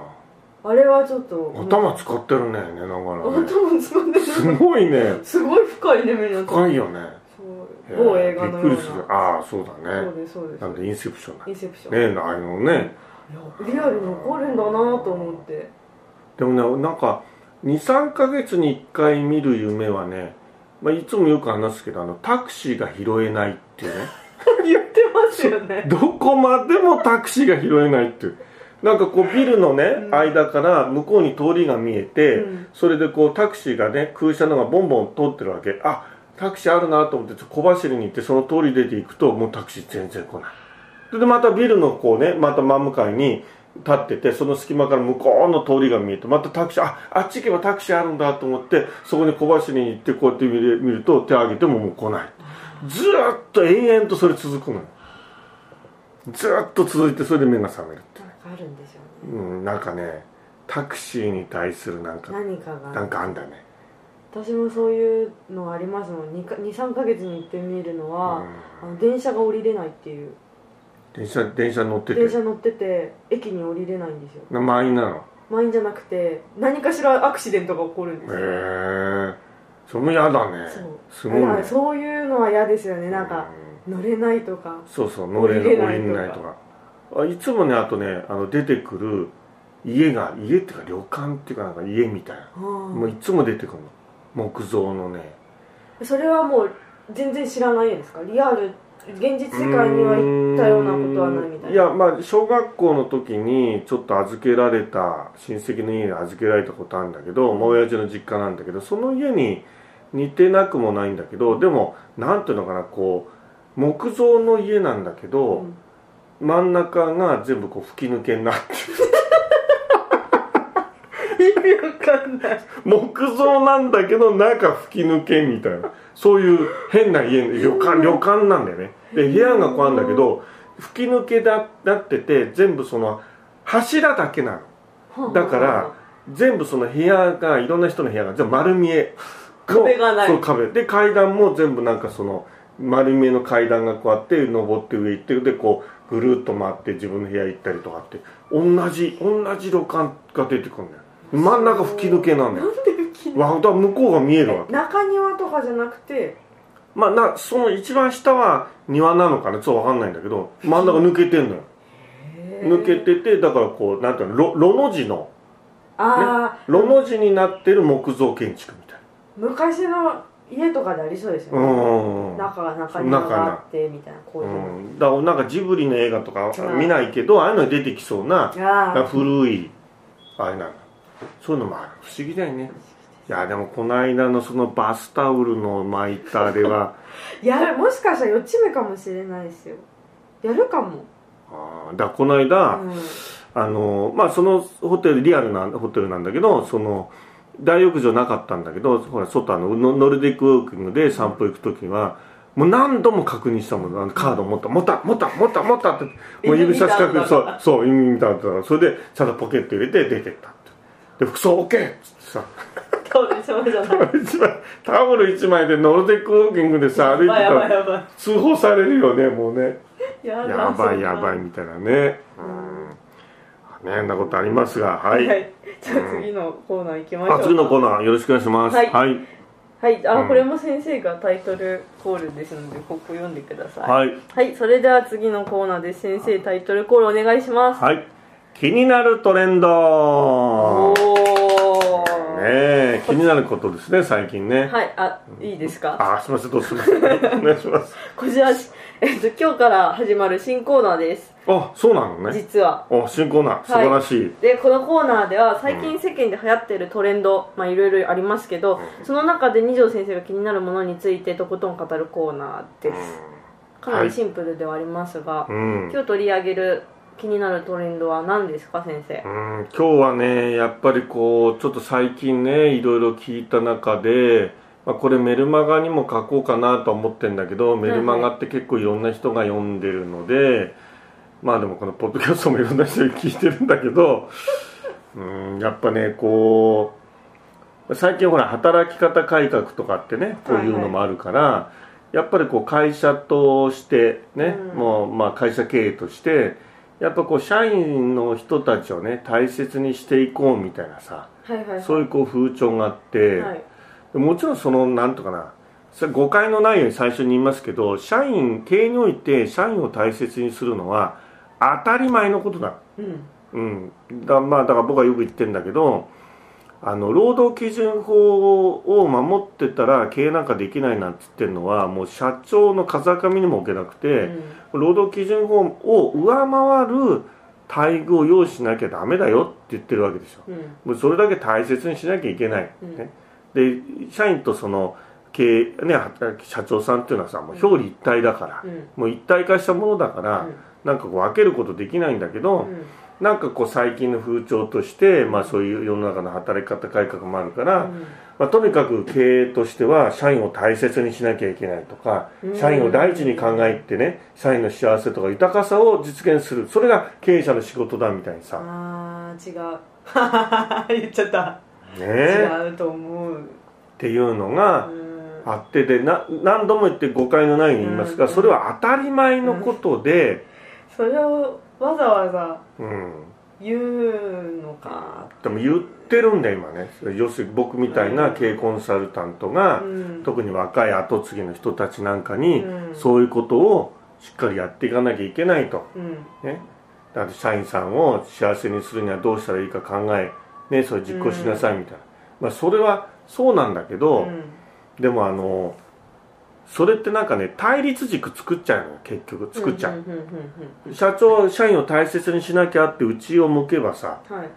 あれはちょっと
頭使ってるね寝ながらね
頭つんです
ごいね
すごい深い眠りなん
深いよね
そう某映画のよう
びっ
な
くりするああそうだ
そ
ね
うですそうです
なんでインセプションだ
イ
ね
ンセプション
えあのね
リアル残るんだなと思って
でもねなんか23か月に1回見る夢はね、まあ、いつもよく話すけどあのタクシーが拾えないっていうね
言ってますよね
どこまでもタクシーが拾えないっていうなんかこうビルのね、
うん
間から向こうに通りが見えて、
うん
それでこうタクシーがね空車のがボンボン通ってるわけあタクシーあるなと思って小走りに行ってその通り出ていくともうタクシー全然来ないそれでまたビルのこうねまた真向かいに立っててその隙間から向こうの通りが見えてまたタクシーああっち行けばタクシーあるんだと思ってそこに小走りに行ってこうやって見る見ると手を挙げてももう来ないずーっと延々とそれ続くのよずーっと続いてそれで目が覚める
なんかあるんですよね
うんなんかねタクシーに対するなんか
何か
なん
が
かあんだね
私もそういうのありますもん23か月に行ってみるのは、あの電車が降りれないっていう
電車電車乗ってて
電車乗ってて駅に降りれないんですよ
満員なの
満員じゃなくて何かしらアクシデントが起こるんですよ、
えそれも嫌だね
そう
すごいね
だからそういうのは嫌ですよねなんか乗れないとか
そうそう乗
乗
れ
れ
な
ないい
降りれないとかあいつもねあとねあの出てくる家が家っていうか旅館っていうかなんか家みたいな、
ああ
もういつも出てくるの木造のね
それはもう全然知らないんですかリアル現実世界には行ったようなことはないみたいな
やまあ小学校の時にちょっと預けられた親戚の家に預けられたことあるんだけど、まあ親父の実家なんだけどその家に似てなくもないんだけどでもなんていうのかなこう木造の家なんだけど、
うん
真ん中が全部こう吹き抜けになって
意味わかんない
木造なんだけど中吹き抜けみたいなそういう変な家旅館旅館なんだよねで部屋がこうあるんだけど吹き抜けだなってて全部その柱だけなのだから全部その部屋がいろんな人の部屋が全部丸見え
壁がない
そう壁で階段も全部なんかその丸見えの階段がこうあって登って上行ってでこうぐるっと回って自分の部屋行ったりとかって同じ同じ旅館が出てくるんだよ真ん中吹き抜けなんだよ
なんで浮き
わだから向こうが見えるわけ
中庭とかじゃなくて
まあなその一番下は庭なのかなちょっとわかんないんだけど真ん中抜けてんのよ抜けててだからこうなんていうのろろの字の
ああ、
ろの字になってる木造建築みたい
昔の家とかでありそうですよ
なう
ね、
ん
中が中庭があってみたいなこういうの、
うんだからなんかジブリの映画とか
うん
見ないけどああいうのに出てきそうな
ああ
古いあれなんだそういうのもある不思議だよねいやでもこの間のそのバスタオルの巻いたあれは
いやもしかしたら予知夢かもしれないですよやるかも、
あーだからこの間、
うん、
あのまあそのホテルリアルなホテルなんだけどその大浴場なかったんだけどほら外あのノノルディックウォーキングで散歩行く時はもう何度も確認したもんあのカード持った持った持った持った持ったってもう指差し確認
指見たんだ
そうそう指見たんだからそれでちゃんとポケット入れて出てったってで服装 OK っつってさ
タオル一枚じゃない
一枚タオル1枚でノルディックウォーキングでさ歩いて
やばい
た
やばい
ら
やば
通報されるよねもうね
いやだ
やばいや
そん
ば
ない
みたいなねうん悩んだことありますがはい
はい、じゃあ次のコーナー行きましょう
あ次のコーナーよろしくお願いします。
はい
はい。
はいあ、
うん
これも先生がタイトルコールですのでここ読んでください
はい。
はい、それでは次のコーナーです先生タイトルコールお願いします、
はい気になるトレンド。
お
ね
お、
え、気になることですね、最近ね。
はいあいいですか
あ、すみません、どうすみません。お願いします。
こちら、えっと、今日から始まる新コーナーです
あ、そうなのね。
実は
お、新コーナー、素晴らしい。
でこのコーナーでは最近世間で流行ってるトレンド、まあいろいろありますけど、その中で二条先生が気になるものについてとことん語るコーナーです、かなりシンプルではありますが、
うん。うん
今日取り上げる気になるトレンドは何ですか先生
今日はね、やっぱりこう、ちょっと最近ね、いろいろ聞いた中で、まあ、これメルマガにも書こうかなとは思ってんだけど、メルマガって結構いろんな人が読んでるので、まあでもこのポッドキャストもいろんな人に聞いてるんだけど、うん、やっぱね、こう、最近ほら働き方改革とかってね、こういうのもあるから、やっぱりこう会社としてね、
うん
もうまあ会社経営として、やっぱこう社員の人たちをね、大切にしていこうみたいなさ、
はいはいはい
そういうこう風潮があって、
はい
もちろんそのなんとかなそれ誤解のないように最初に言いますけど社員経営において社員を大切にするのは当たり前のことだ,、
うん
うん、だまあだから僕はよく言ってるんだけどあの労働基準法を守ってたら経営なんかできないなんて言ってるのはもう社長の風上にも置けなくて、
うん
労働基準法を上回る待遇を用意しなきゃダメだよって言ってるわけですよ
うん
もうそれだけ大切にしなきゃいけない、
うん
ねで社員とその経営、ね、働く社長さんっていうのはさもう表裏一体だから、
うん
もう一体化したものだから、
うん
なんかこう分けることできないんだけ
う
ど、
ん
なんかこう最近の風潮として、まあ、そういう世の中の働き方改革もあるから、まあ、とにかく経営としては社員を大切にしなきゃいけないとか、
うん
社員を第一に考えてね社員の幸せとか豊かさを実現するそれが経営者の仕事だみたいにさ、ね
あー違う言っちゃった、
えっ
違うと思う
ていうのが、
うん
あってでな何度も言って誤解のないように言いますが、
うん
それは当たり前のことで、
それをわざわざ
うん
言うのか、
でも言ってるんだよ今ね要するに僕みたいな経営コンサルタントが、
うん、
特に若い後継ぎの人たちなんかに、
うん
そういうことをしっかりやっていかなきゃいけないと、
うん
ね、だって社員さんを幸せにするにはどうしたらいいか考え、ね、それ実行しなさいみたいな、まあ、それはそうなんだけ
う
ど、
ん
でもあのそれってなんかね対立軸作っちゃうのよ結局作っちゃう、
んんん
社長社員を大切にしなきゃってうちを向けばさ
うんはい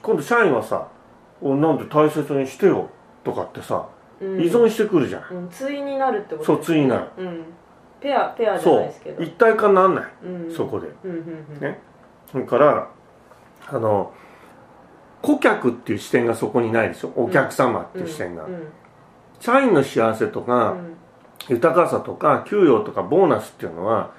今度社員はさ「おなんで大切にしてよ」とかってさ
うん
依存してくるじゃん、
うん対になるってこと
そうついになる
うんペアペアじゃ
そ
ないうですけど
一体化になんない、
うん
そこで
うんうんうん
ねだからあの顧客っていう視点がそこにないでしょお客様っていう視点が、
うんうん
社員の幸せと
う
か、
ん
豊かさとか給与とかボーナスっていうのは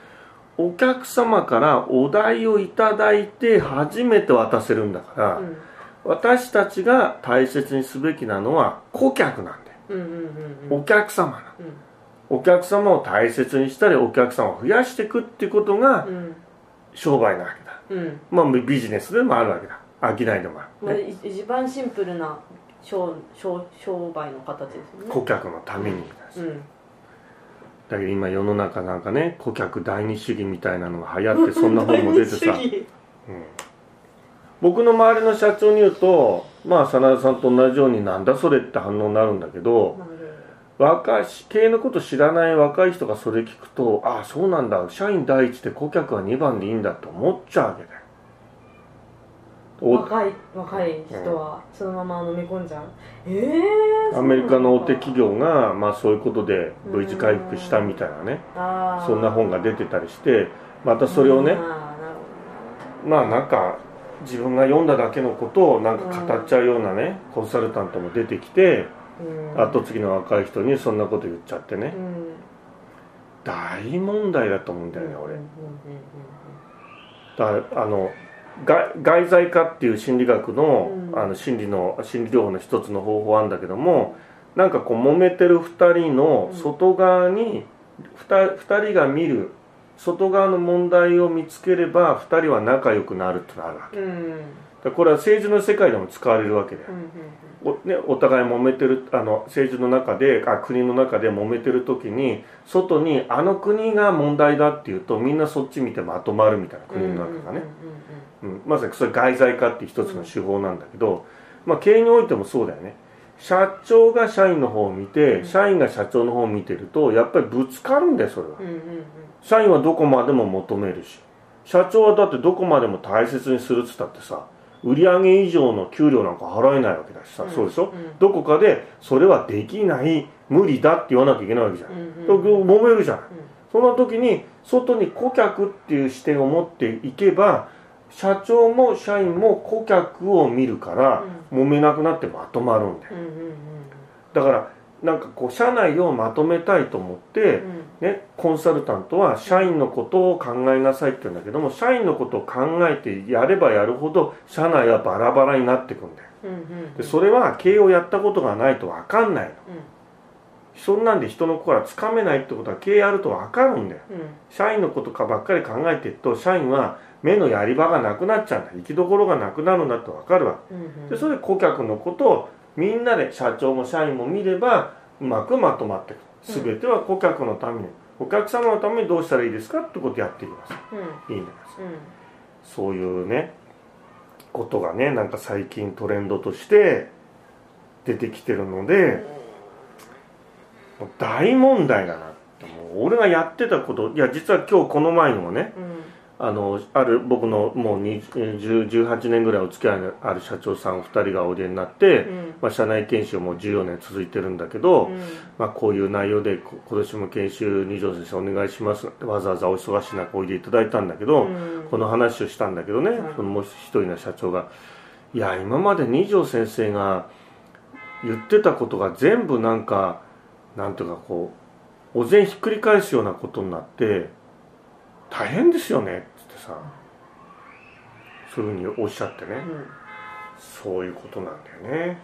お客様からお題をいただいて初めて渡せるんだから、
うん
私たちが大切にすべきなのは顧客なんだよ、
うんうんうん
お客様なんだよ
うん
お客様を大切にしたりお客様を増やしていくっていうことが
うん
商売なわけだ、
うん
まあ、ビジネスでもあるわけだ商いでもある、
まあ、
ね
い一番シンプルな商商商売の形ですよね
顧客のためにみたいな、
うん
だけど今世の中なんかね顧客第二主義みたいなのが流行っ てそんな本も出てさ
第二主義
僕の周りの社長に言うとまあ真田さんと同じようになんだそれって反応になるんだけど
なるほど
若い経営のこと知らない若い人がそれ聞くとああそうなんだ社員第一で顧客は2番でいいんだと思っちゃうわけだよお
若い若い人はそのまま飲み込んじゃう、ええー、
アメリカの大手
そう
企業が、まあ、そういうことで V 字回復したみたいなね
なのかあー
そんな本が出てたりしてまたそれをね
あーなるほ
まあなんか自分が読んだだけのことをなんか語っちゃうようなねコンサルタントも出てきて
どうん
後継ぎの若い人にそんなこと言っちゃってね
うん
大問題だと思うんだよね
う
俺
ん
だあの外外在化っていう心理学の,、
うん
あの心理の心理療法の一つの方法あるんだけどもなんかこう揉めてる2人の
うん
外側に 2, 人が見る外側の問題を見つければ2人は仲良くなるってのあるわけ
うんうんうん
だからこれは政治の世界でも使われるわけだよ
うん
お,、ね、お互い揉めてるあの政治の中であ国の中で揉めてる時に外にあの国が問題だっていうとみんなそっち見てまとまるみたいな
うんうん
国の中がね、
うんうんうん
うんまさにそれ外在化って一つの手法なんだけど、まあ、経営においてもそうだよね社長が社員の方を見て、
うん
社員が社長の方を見てるとやっぱりぶつかるんだよそれは、
うんうんうん
社員はどこまでも求めるし社長はだってどこまでも大切にするっつったってさ売上以上の給料なんか払えないわけだしさ、
ん
そうでしょ、
うん
どこかでそれはできない無理だって言わなきゃいけないわけじゃん、
うんうん
と揉めるじゃん、
ん
その時に外に顧客っていう視点を持っていけば社長も社員も顧客を見るから、揉めなくなってまとまるんだよ
うんうん
だからなんかこう社内をまとめたいと思って、
うんうん
ね、コンサルタントは社員のことを考えなさいって言うんだけども社員のことを考えてやればやるほど社内はバラバラになってくんだよ
うんうんうん
でそれは経営をやったことがないと分かんないのそんなんで人の心はつかめないってことは経営あると分かるんだよ
うんうん
社員のことかばっかり考えてると社員は目のやり場がなくなっちゃうんだ行きどころがなくなるんだって分かるわ
うんうん
でそれで顧客のことをみんなで社長も社員も見ればうまくまとまっていく全ては顧客のために、お客様のためにどうしたらいいですかってことをやっていきます
うん
いいんです
うん
そういうねことがねなんか最近トレンドとして出てきてるのでもう大問題だなってもう俺がやってたこといや実は今日この前にもね
うん
あのある僕のもう20 10 18年ぐらいお付き合いのある社長さんお二人がおいでになって、
うん
まあ、社内研修も14年続いてるんだけど、まあ、こういう内容でこ今年も研修二条先生お願いしますってわざわざお忙しい中おいでいただいたんだけど、
うん
この話をしたんだけどね、
うん
そのもう一人の社長が「いや今まで二条先生が言ってたことが全部なんかなんていうかこうお膳ひっくり返すようなことになって大変ですよね」っつってさそういうふうにおっしゃってね、
うん
そういうことなんだよね。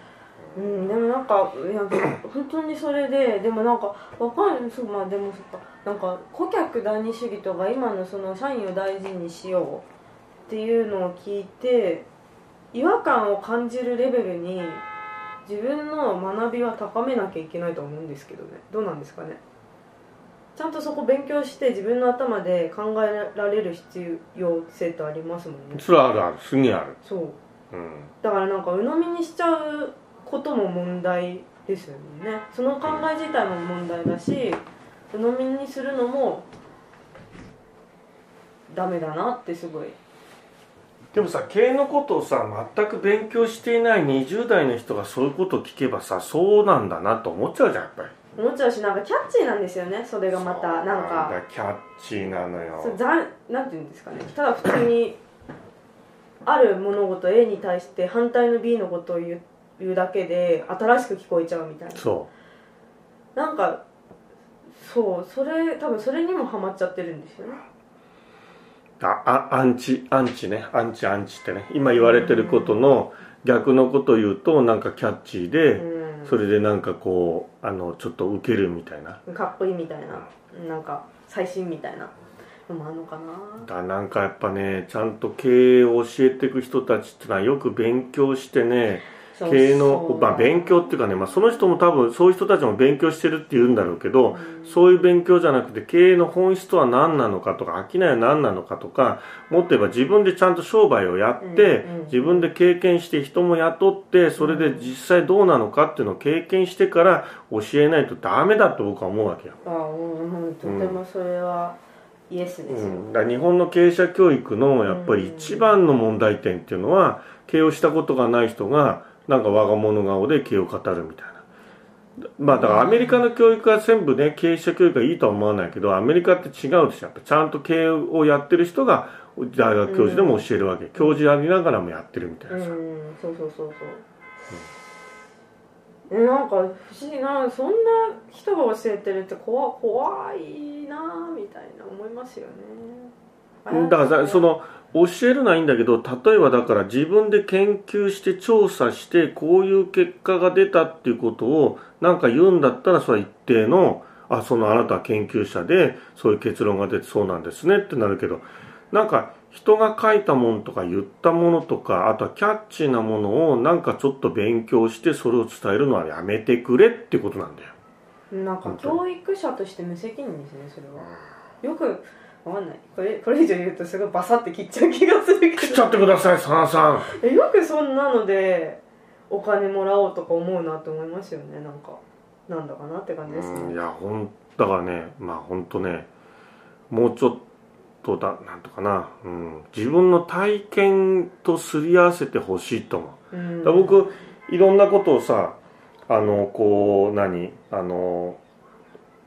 うん、でもなんかいや本当にそれででもなんかわかんないそうまあでもそっかなんか顧客第二主義とか今のその社員を大事にしようっていうのを聞いて違和感を感じるレベルに自分の学びは高めなきゃいけないと思うんですけどねどうなんですかねちゃんとそこ勉強して自分の頭で考えられる必要性ってありますもんね
それはあるあるすにある
そう
うん
だからなんか鵜呑みにしちゃうことも問題ですよねその考え自体も問題だし鵜呑みにするのもダメだなってすごい
でもさ経営のことをさ全く勉強していない20代の人がそういうことを聞けばさそうなんだなと思っちゃうじゃんやっぱり
思っちゃうしなんかキャッチーなんですよねそれがま
そう
たなんか
キャッチーなのよ
そうざんなんて言うんですかねただ普通にある物事 A に対して反対の B のことを言う言うだけで新しく聞こえちゃうみたいな
そ
なんかそうそれ多分それにもハマっちゃってるんですよね
うああアンチアンチねアンチアンチってね今言われてることの逆のことを言うとなんかキャッチーで、
うん
それでなんかこうあのちょっとウケるみたいな
かっこいいみたいななんか最新みたいなのもあんのかな
だなんかやっぱねちゃんと経営を教えていく人たちってのはよく勉強してね
そう
経営の
そ、う
まあ、勉強っていうかね、まあ、その人も多分そういう人たちも勉強してるって言うんだろうけど、
うん
そういう勉強じゃなくて経営の本質とは何なのかとか商いは何なのかとかもっと言えば自分でちゃんと商売をやって、
うんうん
自分で経験して人も雇ってそれで実際どうなのかっていうのを経験してから教えないとダメだと僕は思うわけよ。
あうんうんとてもそれはイエスです
う
よ、
ん、だから日本の経営者教育のやっぱり一番の問題点っていうのは、経営をしたことがない人がなんか我が物顔で経営を語るみたいな。まあだからアメリカの教育は全部ね経営者教育がいいとは思わないけどアメリカって違うでしょやっぱちゃんと経営をやってる人が大学教授でも教えるわけ、教授やりながらもやってるみたいなさ、
うんそうそうそうそう、えなんか不思議なそんな人が教えてるって怖怖いなみたいな思いますよねあ
だからさその教えるのはいいんだけど例えばだから自分で研究して調査してこういう結果が出たっていうことをなんか言うんだったらそれは一定のあそのあなたは研究者でそういう結論が出てそうなんですねってなるけどなんか人が書いたものとか言ったものとかあとはキャッチーなものをなんかちょっと勉強してそれを伝えるのはやめてくれってことなんだよ。
なんか教育者として無責任ですねそれはよくわかんないこれこれ以上言うとすごいバサって切っちゃう気がするけど
切っちゃってください佐野さん。
えよくそんなのでお金もらおうとか思うなって思いますよねなんかなんだかなって感じです
うんい
ね
やほんだからねまあほんとねもうちょっとだなんとかな、うん、自分の体験とすり合わせてほしいと思う
うん
だから僕いろんなことをさあのこう何あの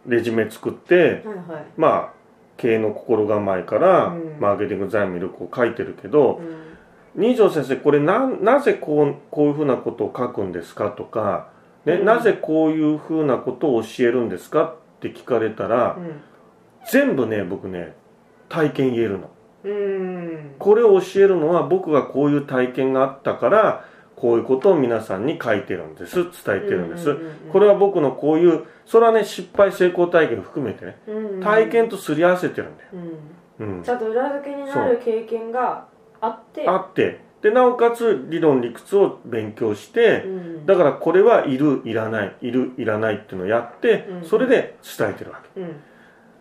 レジュメ作って
はいはい、
まあ経営の心構えから、
うん
マーケティング財務力を書いてるけど
うん
二条先生これななぜこうこういうふうなことを書くんですかとか、ね
うん
なぜこういうふうなことを教えるんですかって聞かれたら、全部ね僕ね体験言えるの
うんうん
これを教えるのは僕がこういう体験があったからこういうことを皆さんに書いてるんです伝えてるんです、
うんうんうんうん
これは僕のこういうそれはね失敗成功体験含めてね
うんうん
体、験とすり合わせてるんだよ、
うん
うん
ち、ゃんと裏付けになる経験があって
あってでなおかつ理論理屈を勉強して、
うん
だからこれはいるいらないいるいらないっていうのをやって、
うん
それで伝えてるわけ
うん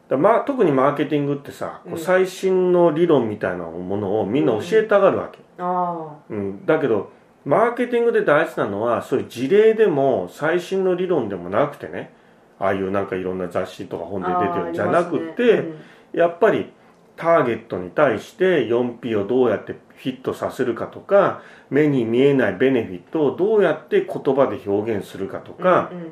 だ、まあ、特にマーケティングってさ、こう
うん
最新の理論みたいなものをみんな教えたがるわけ、
あ
うんだけどマーケティングで大事なのはそういう事例でも最新の理論でもなくてねああいうなんかいろんな雑誌とか本
ー
で出てるんじゃ
あーあ
な
りますね
くて、やっぱりターゲットに対して 4P をどうやってフィットさせるかとか目に見えないベネフィットをどうやって言葉で表現するかと
うん
か、
うんうんうん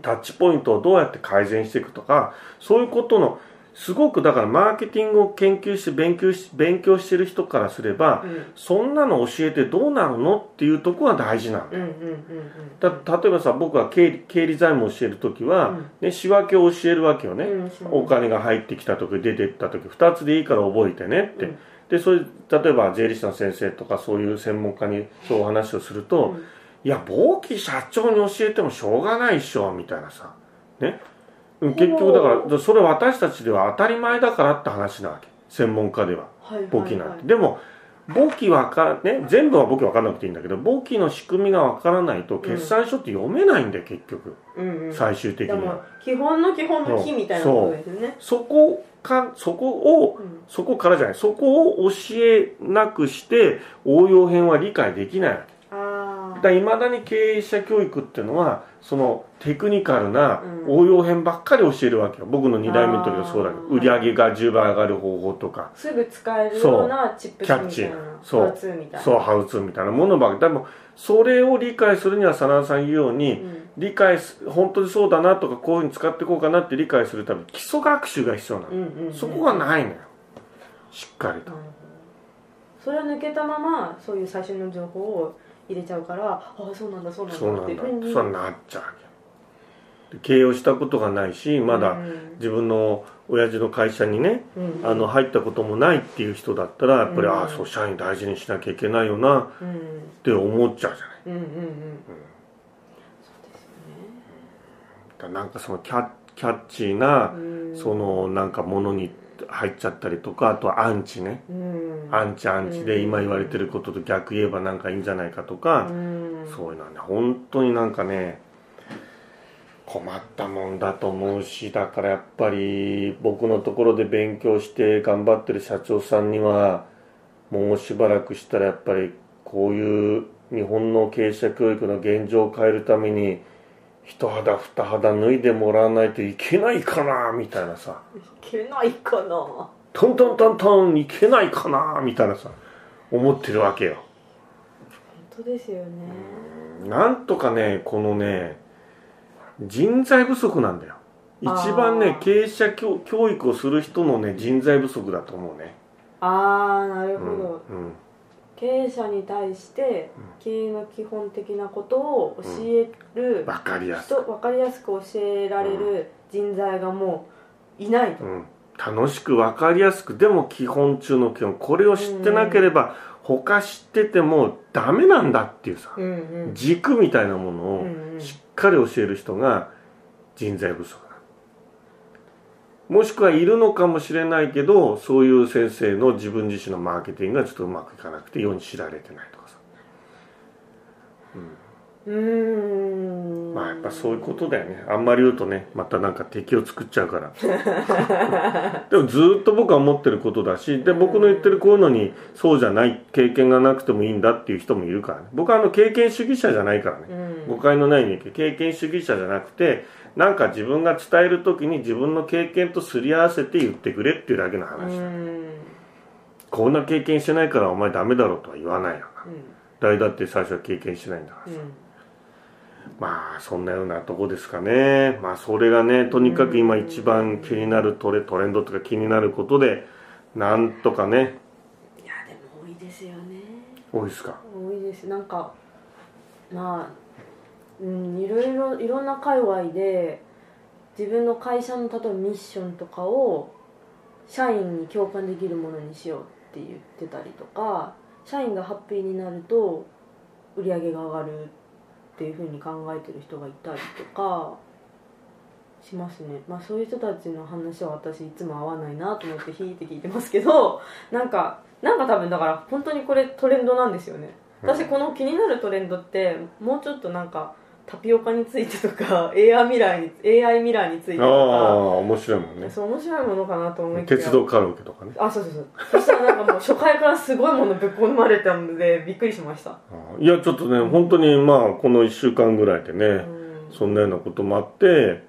タッチポイントをどうやって改善していくとかそういうことのすごくだからマーケティングを研究して勉強し勉強してる人からすれば
うん
そんなの教えてどうなるのっていうところが大事なんだ
うんうんうんうん
だ例えばさ僕は経理経理財務を教える時は、
うん
ね、仕分けを教えるわけよね、
うんそう
お金が入ってきた時出てった時2つでいいから覚えてねって、
うん
でそれ例えば税理士の先生とかそういう専門家にそうお話をすると、
うん
いや某期社長に教えてもしょうがないっしょみたいなさねうん結局だからそれ私たちでは当たり前だからって話なわけ専門家では
はいはいはい
簿記なんて、でも簿記わかね全部は簿記わかんなくていいんだけど簿記の仕組みがわからないと決算書って読めないんだよ結局
うんうん
最終的
で
に
も
は
基本の基本の木みたいなことですよね
そこかそこを
うん
そこからじゃないそこを教えなくして応用編は理解できないわけ
あ
だか
あ
らいまだに経営者教育っていうのはそのテクニカルな
うん
応用編ばっかり教えるわけよ僕の2代目の時はそうだけど
あー
売り上げが10倍上がる方法とか
すぐ使えるようなチップスみたいな
キャッチそう
パーツみたいな
そうハウツーみたいなものばっかりでもそれを理解するには真田さん言うように
うん
理解す本当にそうだなとかこういうふうに使っていこうかなって理解するために基礎学習が必要なの、
うんうんうん
そこがないのよしっかりと
なるほどそれを抜けたままそういう最新の情報を入れちゃうからああそうなんだそうなん
そうな
だってい
ん
う
だ
ふうに
そうなっちゃうわけよで経営をしたことがないしま
う
だ
ん
自分の親父の会社にね
うん
あの入ったこともないっていう人だったらやっぱり、
うん
ああそう社員大事にしなきゃいけないよな
うん
って思っちゃうじゃない
うんうんうんそうですよね
だからなんかそのキャキャッチーな、
うん
そのなんかものに入っちゃったりとかあとはアンチね、
うん
アンチアンチ
う
で
ん
今言われてることと逆言えばなんかいいんじゃないかとか、
うん
そういうのはね本当になんかね困ったもんだと思うしだからやっぱり僕のところで勉強して頑張ってる社長さんにはもうしばらくしたらやっぱりこういう日本の経営者教育の現状を変えるために一肌二肌脱いでもらわないといけないかなみたいなさ
いけないかな
トントントントンいけないかなみたいなさ思ってるわけよ。
本当ですよね
なんとかね、このね、人材不足なんだよ。一番ね
あー、
経営者教教育をする人のね、人材不足だと思うね。
ああな
う
るほ
ん。
ど、
うん
経営者に対して経営の基本的なことを教える
わ、かりやすい。
人分かりやすく教えられる人材がもういないと、
うん。楽しくわかりやすく、でも基本中の基本。これを知ってなければ、他知っててもダメなんだっていうさ、
うんうん
軸みたいなもの
う
を
んうん
しっかり教える人が人材不足だもしくはいるのかもしれないけどそういう先生の自分自身のマーケティングがちょっとうまくいかなくて世に知られてないとかさ、
うーん
まあやっぱそういうことだよねあんまり言うとねまたなんか敵を作っちゃうから でもずっと僕は思ってることだしで僕の言ってるこういうのにそうじゃない経験がなくてもいいんだっていう人もいるからね僕はあの経験主義者じゃないからね
う
誤
ん
解のないように経験主義者じゃなくてなんか自分が伝える時に自分の経験とすり合わせて言ってくれっていうだけの
う
話、
ん
こんな経験してないからお前ダメだろうとは言わないよな
うん
誰だって最初は経験してないんだから、
うん
まあそんなようなとこですかねまあそれがねとにかく今一番気になるトレトレンドとか気になることでなんとかね
いやでも多いですよね
多いですか
多いですなんかまあ、うん、いろいろいろんな界隈で自分の会社の例えばミッションとかを社員に共感できるものにしようって言ってたりとか社員がハッピーになると売り上げが上がるっていうふうに考えてる人がいたりとかしますね、まあ、そういう人たちの話は私いつも合わないなと思って引いて聞いてますけどなんかなんか多分だから本当にこれトレンドなんですよね私この気になるトレンドってもうちょっとなんかタピオカについてとか AI 未来に AI ミラーについて
ああ
と
面白いもん
か
ね
そう面白いものかなと思いきや
鉄道カラオケとかね
あそうそうそうそしたらなんかもう初回からすごいものぶっ込まれたのでびっくりしました
いやちょっとね本当にまあこの1週間ぐらいでね、
うん
そんなようなこともあって、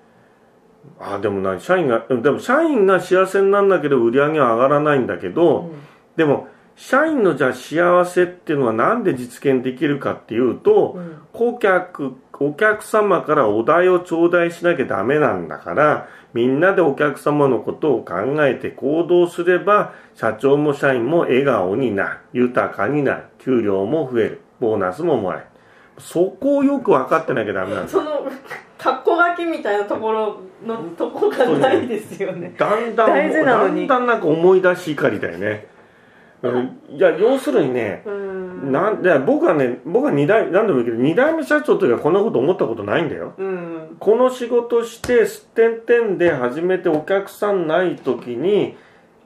あでもな、社員が、でも社員が幸せにならなければ売り上げは上がらないんだけど、
うん
でも、社員のじゃあ幸せっていうのはなんで実現できるかっていうと、
うん
顧客、お客様からお題を頂戴しなきゃダメなんだから、みんなでお客様のことを考えて行動すれば、社長も社員も笑顔になる、豊かになる、給料も増える、ボーナスももらえる。そこをよく分かってなきゃダメなんだ
その格好書きみたいなところのとこがないですよね
だんだん
大事なのに
だんだんなんか思い出し怒りだよねうんいや要するにね
うん
なんで僕はね僕は2代何度も言うけど2代目社長というかこんなこと思ったことないんだよ
うん
この仕事してすってんてんで始めてお客さんない時に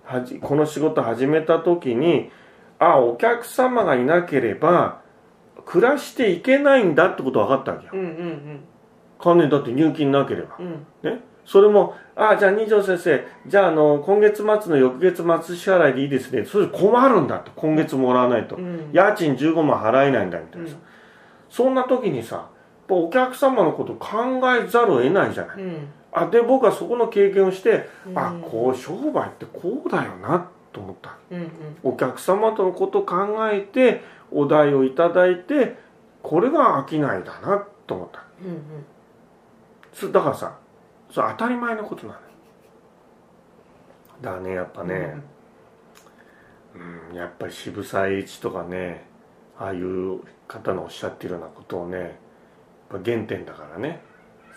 はじこの仕事始めた時にあお客様がいなければ暮らしていけないんだってこと分かったわけよ
うんうん
関連だって入金なければ
うんうん
それもあじゃあ二条先生じゃああの今月末の翌月末支払いでいいですねそれ困るんだと今月もらわないと、
うん
家賃15万払えないんだみた
う
いなさ、
ん
そんな時にさやっぱお客様のこと考えざるを得ないじゃない
うん
あで僕はそこの経験をして、
うん
あこう商売ってこうだよなと思った
うんうん
お客様とのことを考えてお題をいただいてこれが商いだなと思った
うんうん
つだからさそれ当たり前のことなのよだねやっぱね、うんやっぱり渋沢栄一とかねああいう方のおっしゃってるようなことをねやっぱ原点だからね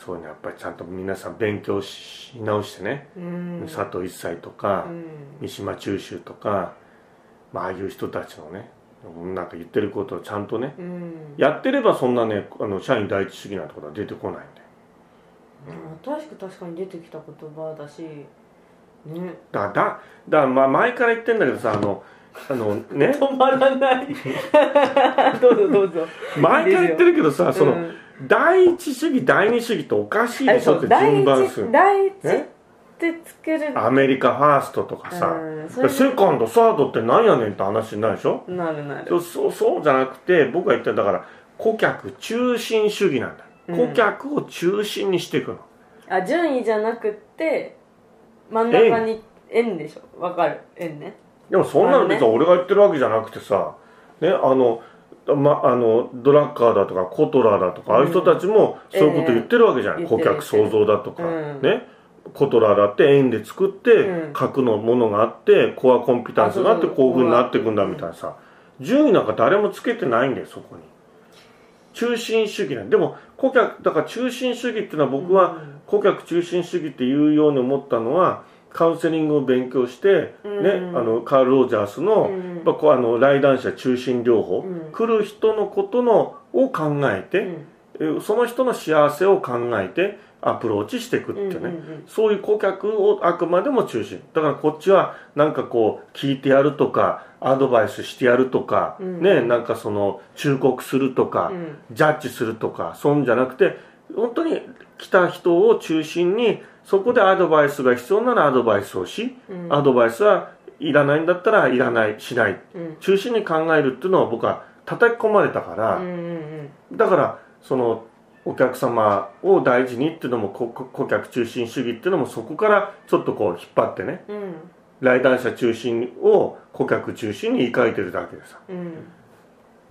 そういうのやっぱりちゃんと皆さん勉強し直してね、
うんうん
佐藤一斎とか、
うん
三島中州とか、まあ、ああいう人たちのねなんか言ってることをちゃんとね
うん
やってればそんなねあの社員第一主義なんてことは出てこないんで
新しく確かに出てきた言葉だしね
だだだからまあ前から言ってんだけどさあのあの ね
止まらない どうぞどうぞ
前から言ってるけどさその、
うん
第一主義第二主義っておかしい
あ
でし
そ
ょっ
う
て
第
順
一
番する
第一っ
ね
て作る
アメリカファーストとかさ、
うんそれ
セカンドサードってなんやねんって話になるでしょ
なるなる
そうそうそうじゃなくて僕が言っただから顧客中心主義なんだ、
うん
顧客を中心にしていくの
あ順位じゃなくって真ん中に円でしょわかる円ね
でもそんな
あの
の
ね
別に俺が言ってるわけじゃなくてさねあの,、ま、あのドラッカーだとかコトラーだとか、ああいう人たちもそういうこと言ってるわけじゃない、
ええ
顧客創造だとか、
うん
ねコトラーだって円で作って、
うん
核のものがあってコアコンピタンスがあって
あそうそう
こういうふうになっていくんだみたいなさ順位なんか誰もつけてないんだよそこに中心主義なんでも顧客だから中心主義っていうのは僕は、
うん
顧客中心主義っていうように思ったのはカウンセリングを勉強して、
うん
ね、あのカール・ロジャースの,、
うん
まあ、こうあの来談者中心療法、
うん
来る人のことのを考え
う
て、
ん
えその人の幸せを考えてアプローチしていくっていうね、
うんうんうん
そういう顧客をあくまでも中心だからこっちはなんかこう聞いてやるとかアドバイスしてやるとか、
うん
ねなんかその忠告するとか、
うん
ジャッジするとかそんじゃなくて本当に来た人を中心にそこでアドバイスが必要ならアドバイスをし、
うん
アドバイスはいらないんだったらいらないしない
うん
中心に考えるっていうのは僕は叩き込まれたか
うん
ら、
うん
だからそのお客様を大事にっていうのもここ顧客中心主義っていうのもそこからちょっとこう引っ張ってね
うん
来談者中心を顧客中心に抱いてるだけでさ
うん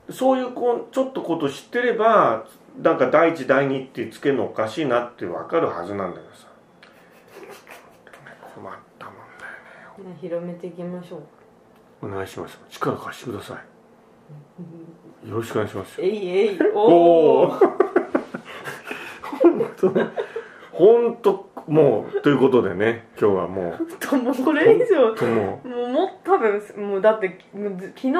そういうこうちょっとこと知ってればなんか第一第二ってつけるのおかしいなってわかるはずなんだけどさ困ったもんだよね
うん広めていきましょう
お願いします力貸してくださいよろしくお願いしますよ
えいえ い
お
お
お
ー
本当ね本当もうということでね今日はもう
と もうこれ以上
とも
もうもう多分もうだってもうず昨日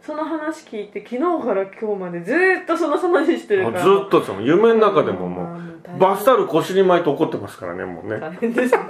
その話聞いて昨日から今日までずーっとその話して
う
る
も
か
うず
ら
っとその夢の中でももうバスタ
ー
ル腰に巻いて怒ってますからねもうね
大変ですね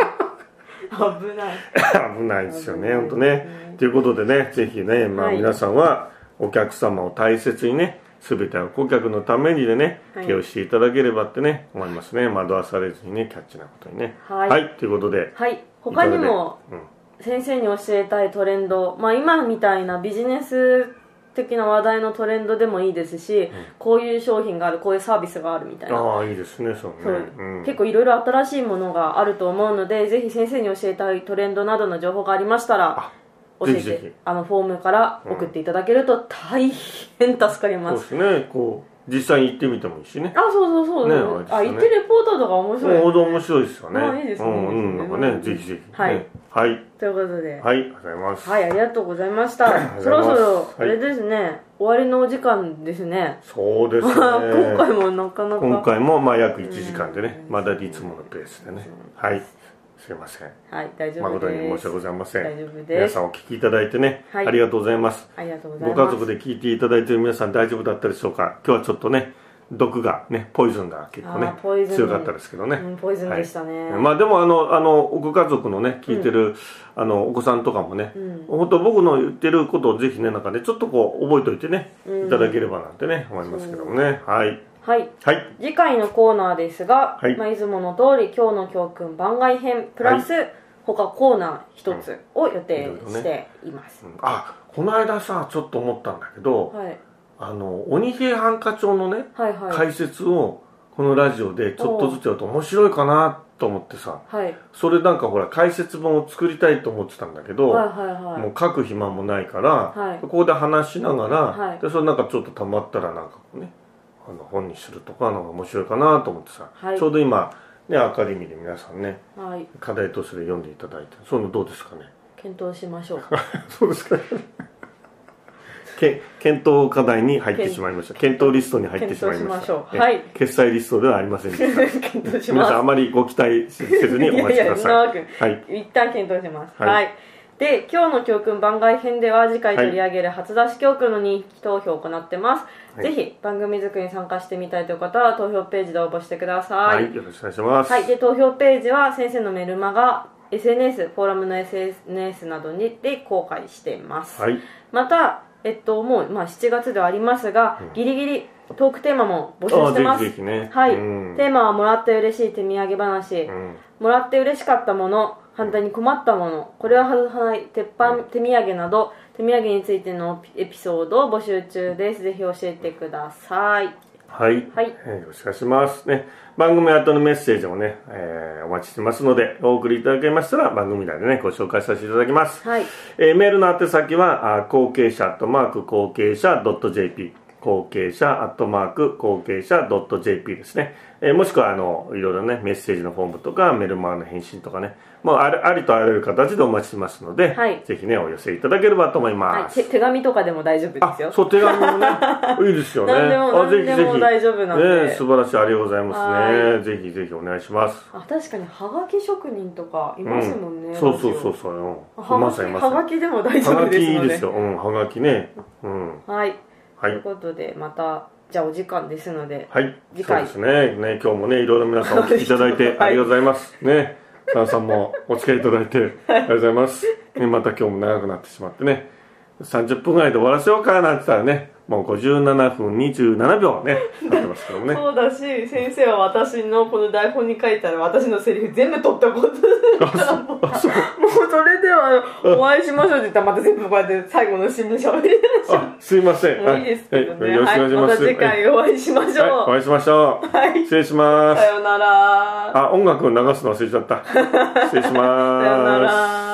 危ない
危ないですよね本当ねということでね、ぜひね、まあ、
はい
皆さんはお客様を大切にね、すべては顧客のためにでね、
はい
手をしていただければってね、思いますね。惑わされずにね、キャッチなことにね。
はい
ということで、
はい他にも
いかがで
先生に教えたいトレンドまあ今みたいなビジネス的な話題のトレンドでもいいですし、こういう商品があるこういうサービスがあるみたいな
ああ、いいですね、そうね。
そう
うん
結構いろいろ新しいものがあると思うのでぜひ先生に教えたいトレンドなどの情報がありましたら教えて
ぜひぜひ
あのフォームから送っていただけると大変助かり
そ
ま
う
す、
ですね、こう、実際に行ってみてもいいしね。
あそうそうそう、
ね
あ
あれですね
行ってレポートとか面
もう
白い
ど面白いですよね。
まあいいですね
うん、うん、
い
ないん
です
か
ね
ね、ぜひぜひ。
はい
ねはい。
ということでは
はい、ありがとうございます。
い、ありがとうございまし
あり
た
がとうご
そ
ざいま
ろ
す
そろあ
はい
れですね、終わりのお時間ですね
そうです ね。
今回もなかなか
今回もまあ約1時間でね、まだいつものペースでね。はい、すいません。
はい大丈夫
誠に
で
申し
す
訳ございません
大丈夫です
皆さんお聞きいただいてね、
はい
ありがとうございます
ありがとうござい
ご
ます
家族で聞いていただいている皆さん大丈夫だったでしょうか今日はちょっとね毒がねポイズンが結構ね
あーポイズン
強かったですけどね、
うん、ポイズンでしたね、
まあでもあのあのご家族のね聞いてる、あのお子さんとかもね、
うん
本当僕の言ってることをぜひねなんかねちょっとこう覚えておいてね、
うん
いただければなんてね思いますけどもねはい
はい
はい
次回のコーナーですが、
はい
まあ、いつもの通り今日の教訓番外編プラス、他コーナー一つを予定しています、
うんあこの間さちょっと思ったんだけど、
はい、
あの鬼平犯科帳のね
はいはいはい
解説をこのラジオでちょっとずつやると面白いかなと思ってさ
はい
それなんかほら解説本を作りたいと思ってたんだけど、
はいはい
もう書く暇もないから、
はい
ここで話しながら、
はい
でそれなんかちょっとたまったらなんかこうねあの本にするとかなんか面白いかなと思ってさ、
はい
ちょうど今ねアカデミーで皆さんね
はい
課題として読んでいただいてそういうのどうですかね
検討しまし ょう
そうですかねけ検討課題に入ってしまいました検討リストに入ってしまいました
検討しましょう
え
はい
決済リストではありませんでした
検 討し
皆
ま
さんあ
す
まりご期待せずにお待ちくだ
い
さ
やいやそんなわ
い
け
はい
一旦検討しますは、
はいい
で今日の教訓番外編では次回取り上げる初出し教訓の人気投票を行ってます、
はい
ぜひ番組作りに参加してみたいという方は投票ページで応募してくださ
はいい、よろしくお願いします、
はい、で投票ページは先生のメルマガ SNS フォーラムの SNS などにで公開しています、
はい
また、えっと、もう、まあ、7月ではありますが、ギリギリトークテーマも募集してま
あ
す
ぜひぜひね
はい、
うん
テーマはもらって嬉しい手土産話、
うん
もらって嬉しかったもの反対に困ったものこれは外さない鉄板手土産など手土産についてのエピソードを募集中ですぜひ教えてください
はい、
はい
えーよろしくお願いします。ね、番組宛てのメッセージもね、えーお待ちしてますので、お送りいただけましたら番組内でね、ご紹介させていただきます。
はい
えーメールの宛先は、あー後継者アットマーク後継者 .jp、後継者アットマーク後継者 .jp ですね。えーもしくは、あの、いろいろね、メッセージのフォームとか、メルマガの返信とかね、もうあるありとあらゆる形でお待ちしてますので、
はい
ぜひね、お寄せいただければと思い
は
ま
い、
す
手。手紙とかでも大丈夫ですよ
そう手紙 もねいいですよね
何でも
あぜひぜひ
何でも大丈夫なんで
ねえ素晴らしいありがとうございます
は
ねぜひぜひお願いします
あ確かにハガキ職人とかい
い
ますもんね、
そうそうそううそううん
ハ
いま
ガ
す
キ
いま
ハガ
す
キでも大丈
は
夫
がき
です
いい
ので
ですようんはがきねうん
はい
は
という
い
ことでまたじゃあお時間ですので
はい
次
そう
回
ですねね今日もねいろいろ皆さん お聞きいただい
はい
てありがとうございますね皆さんもお付き合いいただいてありがとうございますねまた今日も長くなってしまってね30分ぐらいで終わらせようかなんて言ったらねもう57分27秒ねなってますけどもね
そうだし先生は私のこの台本に書いてある私のセリフ全部取ったことだからもうもうそれではお会いしましょうって言ったらまた全部こうやって最後の締めしゃべりだし
あすいません。
もういいですけど
はい
ね
よろし
は
くお願い
い
し
ま
ま
た
す。
次回お会いしまし
はい
ょう、
お会いしましょう。
はい
失礼しま
さ
す。
ようなら
あ、音楽流すの忘れちゃった。失礼します。
さようなら